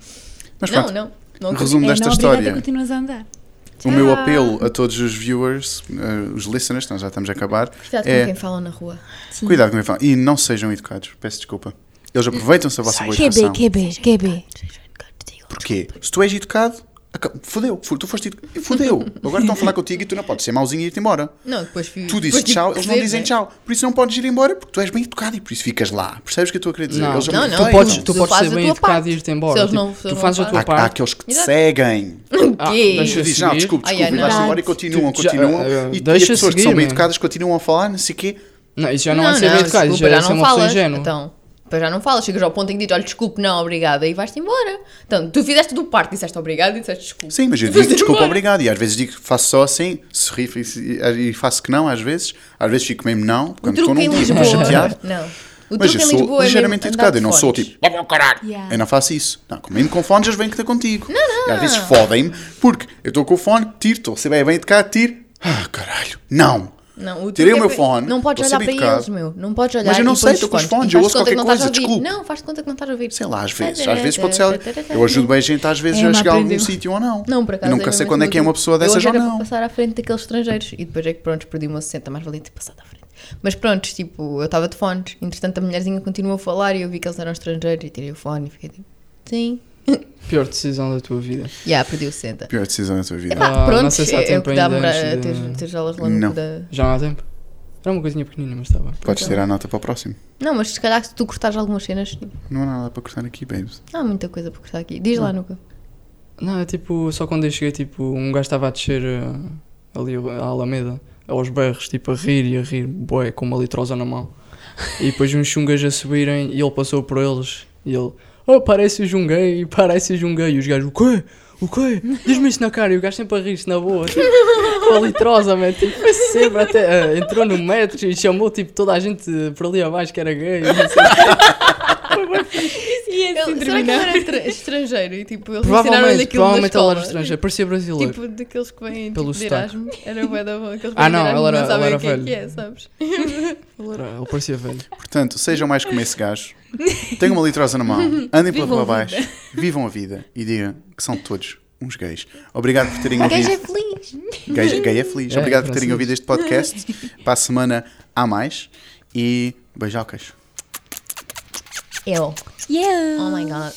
Speaker 3: Mas
Speaker 4: não,
Speaker 3: pronto,
Speaker 4: não. não
Speaker 3: resumo
Speaker 1: é
Speaker 3: desta
Speaker 1: não
Speaker 3: história.
Speaker 1: continuas a andar.
Speaker 3: O meu
Speaker 4: Ah.
Speaker 3: apelo a todos os viewers, eh, os listeners, nós já estamos a acabar,
Speaker 4: Cuidado com
Speaker 3: é
Speaker 4: quem falam na rua.
Speaker 3: cuidado com quem fala. E não sejam educados, peço desculpa. Eles aproveitam-se da vossa boa educação.
Speaker 1: QB, QB.
Speaker 3: Porquê? Se tu és educado, aca- fodeu, fu- tu foste educado, fodeu. Agora estão a falar contigo e tu não podes ser mauzinho e ir-te embora.
Speaker 4: Não, depois fui.
Speaker 3: Tu dizes
Speaker 4: depois tive
Speaker 3: tchau,
Speaker 4: que
Speaker 3: eles não
Speaker 4: dizer,
Speaker 3: dizem
Speaker 4: né?
Speaker 3: tchau. Por isso não podes ir embora porque tu és bem educado e por isso ficas lá. Percebes o que eu estou a querer dizer?
Speaker 2: Não,
Speaker 3: Eles
Speaker 4: não, não.
Speaker 2: Tu
Speaker 3: aproveitam.
Speaker 2: podes,
Speaker 4: tu
Speaker 2: tu podes
Speaker 4: fazes
Speaker 2: ser
Speaker 4: a
Speaker 2: bem
Speaker 4: tua
Speaker 2: educado
Speaker 4: parte.
Speaker 2: e ir-te embora.
Speaker 4: Se eles
Speaker 2: Tipo,
Speaker 4: não- se
Speaker 2: tu
Speaker 4: eles não
Speaker 2: fazes a tua
Speaker 4: fazem.
Speaker 3: Há, há
Speaker 2: parte.
Speaker 3: aqueles que te
Speaker 4: Exato.
Speaker 3: seguem.
Speaker 2: Ah,
Speaker 4: Quê?
Speaker 2: deixa
Speaker 3: Tu dizes, não,
Speaker 4: Ai,
Speaker 2: seguir.
Speaker 3: desculpe,
Speaker 4: ai,
Speaker 3: desculpe,
Speaker 4: não. Tipo, é,
Speaker 3: vais-te embora e continuam,
Speaker 2: Tu- já-
Speaker 3: continuam.
Speaker 2: eh,
Speaker 3: e, e as
Speaker 2: deixa
Speaker 3: pessoas que
Speaker 2: seguir,
Speaker 3: são bem
Speaker 4: né?
Speaker 2: man.
Speaker 3: educadas continuam a falar, não sei o quê.
Speaker 2: Não, isso já não, é ser bem educado,
Speaker 4: desculpa,
Speaker 2: já é ser uma pessoa ingênua.
Speaker 4: Então, depois já não falas, chegas ao ponto em que dizes, olha, desculpe, não, obrigada, e vais-te embora. Então, tu fizeste do parte, disseste obrigado e disseste desculpa.
Speaker 3: Sim, mas eu digo desculpa, obrigado. E às vezes digo, faço só assim, sorri e, e faço que não, às vezes. Às vezes fico mesmo não, quando estou
Speaker 4: Truque
Speaker 3: num
Speaker 4: em
Speaker 3: dia estou
Speaker 4: Lisboa.
Speaker 3: chateado.
Speaker 4: Não. O
Speaker 3: Mas
Speaker 4: truque
Speaker 3: eu
Speaker 4: em
Speaker 3: sou
Speaker 4: Lisboa é
Speaker 3: ligeiramente
Speaker 4: mesmo andar
Speaker 3: educado.
Speaker 4: de
Speaker 3: Eu não sou
Speaker 4: fones.
Speaker 3: tipo, vá para o caralho.
Speaker 1: Yeah.
Speaker 3: Eu não faço isso. Não, comendo com fones, eles vêm que contigo. E às vezes fodem-me, porque eu estou com o fone, tiro, estou a ser bem, bem de cá, tiro. Ah, caralho. Não.
Speaker 4: Não, o truque
Speaker 3: Tirei o
Speaker 4: é
Speaker 3: meu
Speaker 4: pra-
Speaker 3: fone,
Speaker 4: Não podes
Speaker 3: vou ser
Speaker 4: olhar para
Speaker 3: educado.
Speaker 4: eles, meu. Não podes olhar
Speaker 3: Mas eu não
Speaker 4: e
Speaker 3: sei,
Speaker 4: pões
Speaker 3: estou com os
Speaker 4: e
Speaker 3: fones, eu
Speaker 4: faz
Speaker 3: ouço
Speaker 4: conta que não
Speaker 3: qualquer
Speaker 4: estás a
Speaker 3: coisa,
Speaker 4: ouvir.
Speaker 3: desculpe.
Speaker 4: Não, faz de conta que não estás a ouvir.
Speaker 3: Sei lá, às
Speaker 4: tá,
Speaker 3: vezes. Às vezes pode ser. Eu ajudo bem gente, às vezes
Speaker 4: É,
Speaker 3: eu
Speaker 4: mas
Speaker 3: acho que algum
Speaker 4: aprendeu.
Speaker 3: sítio ou não.
Speaker 4: Não, por acaso.
Speaker 3: Eu nunca
Speaker 4: era
Speaker 3: sei
Speaker 4: mesmo
Speaker 3: quando é que é
Speaker 4: do
Speaker 3: uma
Speaker 4: tipo,
Speaker 3: pessoa
Speaker 4: eu
Speaker 3: dessas
Speaker 4: hoje
Speaker 3: ou
Speaker 4: era para
Speaker 3: não.
Speaker 4: passar à frente daqueles estrangeiros. E depois é que, pronto, perdi uma 60, mais valia ter passado à frente. Mas pronto, tipo, eu estava de fones. Entretanto, a mulherzinha continuou a falar e eu vi que eles eram estrangeiros e tirei o fone e fiquei tipo, sim.
Speaker 2: Pior decisão da tua vida.
Speaker 4: E yeah, perdi o 60.
Speaker 3: Pior decisão da tua vida.
Speaker 4: Epá,
Speaker 2: Ah,
Speaker 4: pronto,
Speaker 2: não sei se há
Speaker 4: é, é o
Speaker 2: tempo
Speaker 4: que dá
Speaker 2: ainda
Speaker 4: para
Speaker 2: antes de-
Speaker 4: ter, ter aulas lá no
Speaker 3: Não.
Speaker 4: cu da...
Speaker 2: Já não há tempo? Era uma coisinha pequenina, mas está bem.
Speaker 3: Podes tirar a nota para o próximo.
Speaker 4: Não, mas se calhar se tu cortares algumas cenas, tipo,
Speaker 3: Não há nada para cortar aqui, babes.
Speaker 4: há muita coisa para cortar aqui. Diz lá, Nuca.
Speaker 2: Não, é tipo, só quando eu cheguei, tipo, um gajo estava a descer eh, ali a Alameda, aos berros, tipo, a rir e a rir, boé, com uma litrosa na mão. E depois uns chungas a subirem e ele passou por eles e ele, oh, pareces um gay, pareces um gay. E os gajos, o quê? O quê? Diz-me isso na cara. E o gajo sempre a rir-se na boa, tipo, com a litrosa, man. Tipo, foi sempre até, eh, entrou no metro e chamou, tipo, toda a gente eh, por ali abaixo que era gay. e não sei o quê.
Speaker 1: E assim
Speaker 4: Ele, será que ele
Speaker 1: terminar.
Speaker 4: era tra- estrangeiro e tipo, eles ensinaram-lhe aquilo
Speaker 2: Provavelmente,
Speaker 4: na
Speaker 2: provavelmente ele
Speaker 4: escola?
Speaker 2: era estrangeiro, parecia brasileiro.
Speaker 4: Tipo, daqueles que vêm
Speaker 2: Pelo
Speaker 4: tipo, de
Speaker 2: sotaque.
Speaker 4: Erasmus. Era bué da bom. Aqueles que
Speaker 2: Ah,
Speaker 4: vêm de
Speaker 2: não,
Speaker 4: Erasmus
Speaker 2: ele era-
Speaker 4: não sabem
Speaker 2: ele era
Speaker 4: o que é que
Speaker 2: velho.
Speaker 4: é, sabes?
Speaker 2: Ele parecia velho.
Speaker 3: Portanto, sejam mais como esse gajo. Tenham uma litrosa na mão. Andem pela
Speaker 1: Vivam
Speaker 3: rua
Speaker 1: a
Speaker 3: abaixo. Vivam a vida. E digam que são todos uns gays. Obrigado por terem
Speaker 4: O gajo é
Speaker 3: ouvido.
Speaker 4: feliz.
Speaker 3: Gay, gay é feliz.
Speaker 2: É,
Speaker 3: Obrigado por terem
Speaker 2: graças.
Speaker 3: ouvido este podcast. Para a semana há mais. E beijocas.
Speaker 4: Eu.
Speaker 1: Yeah.
Speaker 4: Oh my god.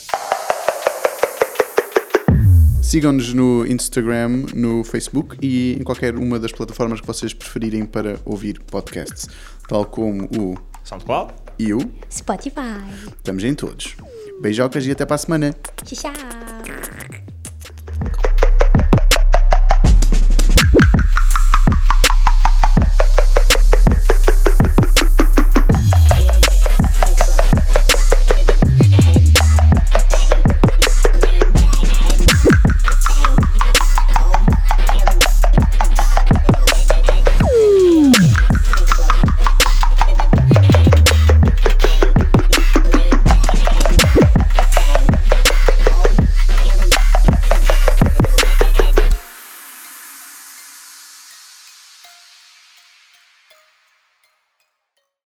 Speaker 3: Sigam-nos no Instagram, no Facebook e em qualquer uma das plataformas que vocês preferirem para ouvir podcasts. Tal como o
Speaker 6: SoundCloud?
Speaker 3: e o.
Speaker 7: Spotify.
Speaker 3: Estamos em todos. Beijocas e até para a semana.
Speaker 7: Tchau, tchau.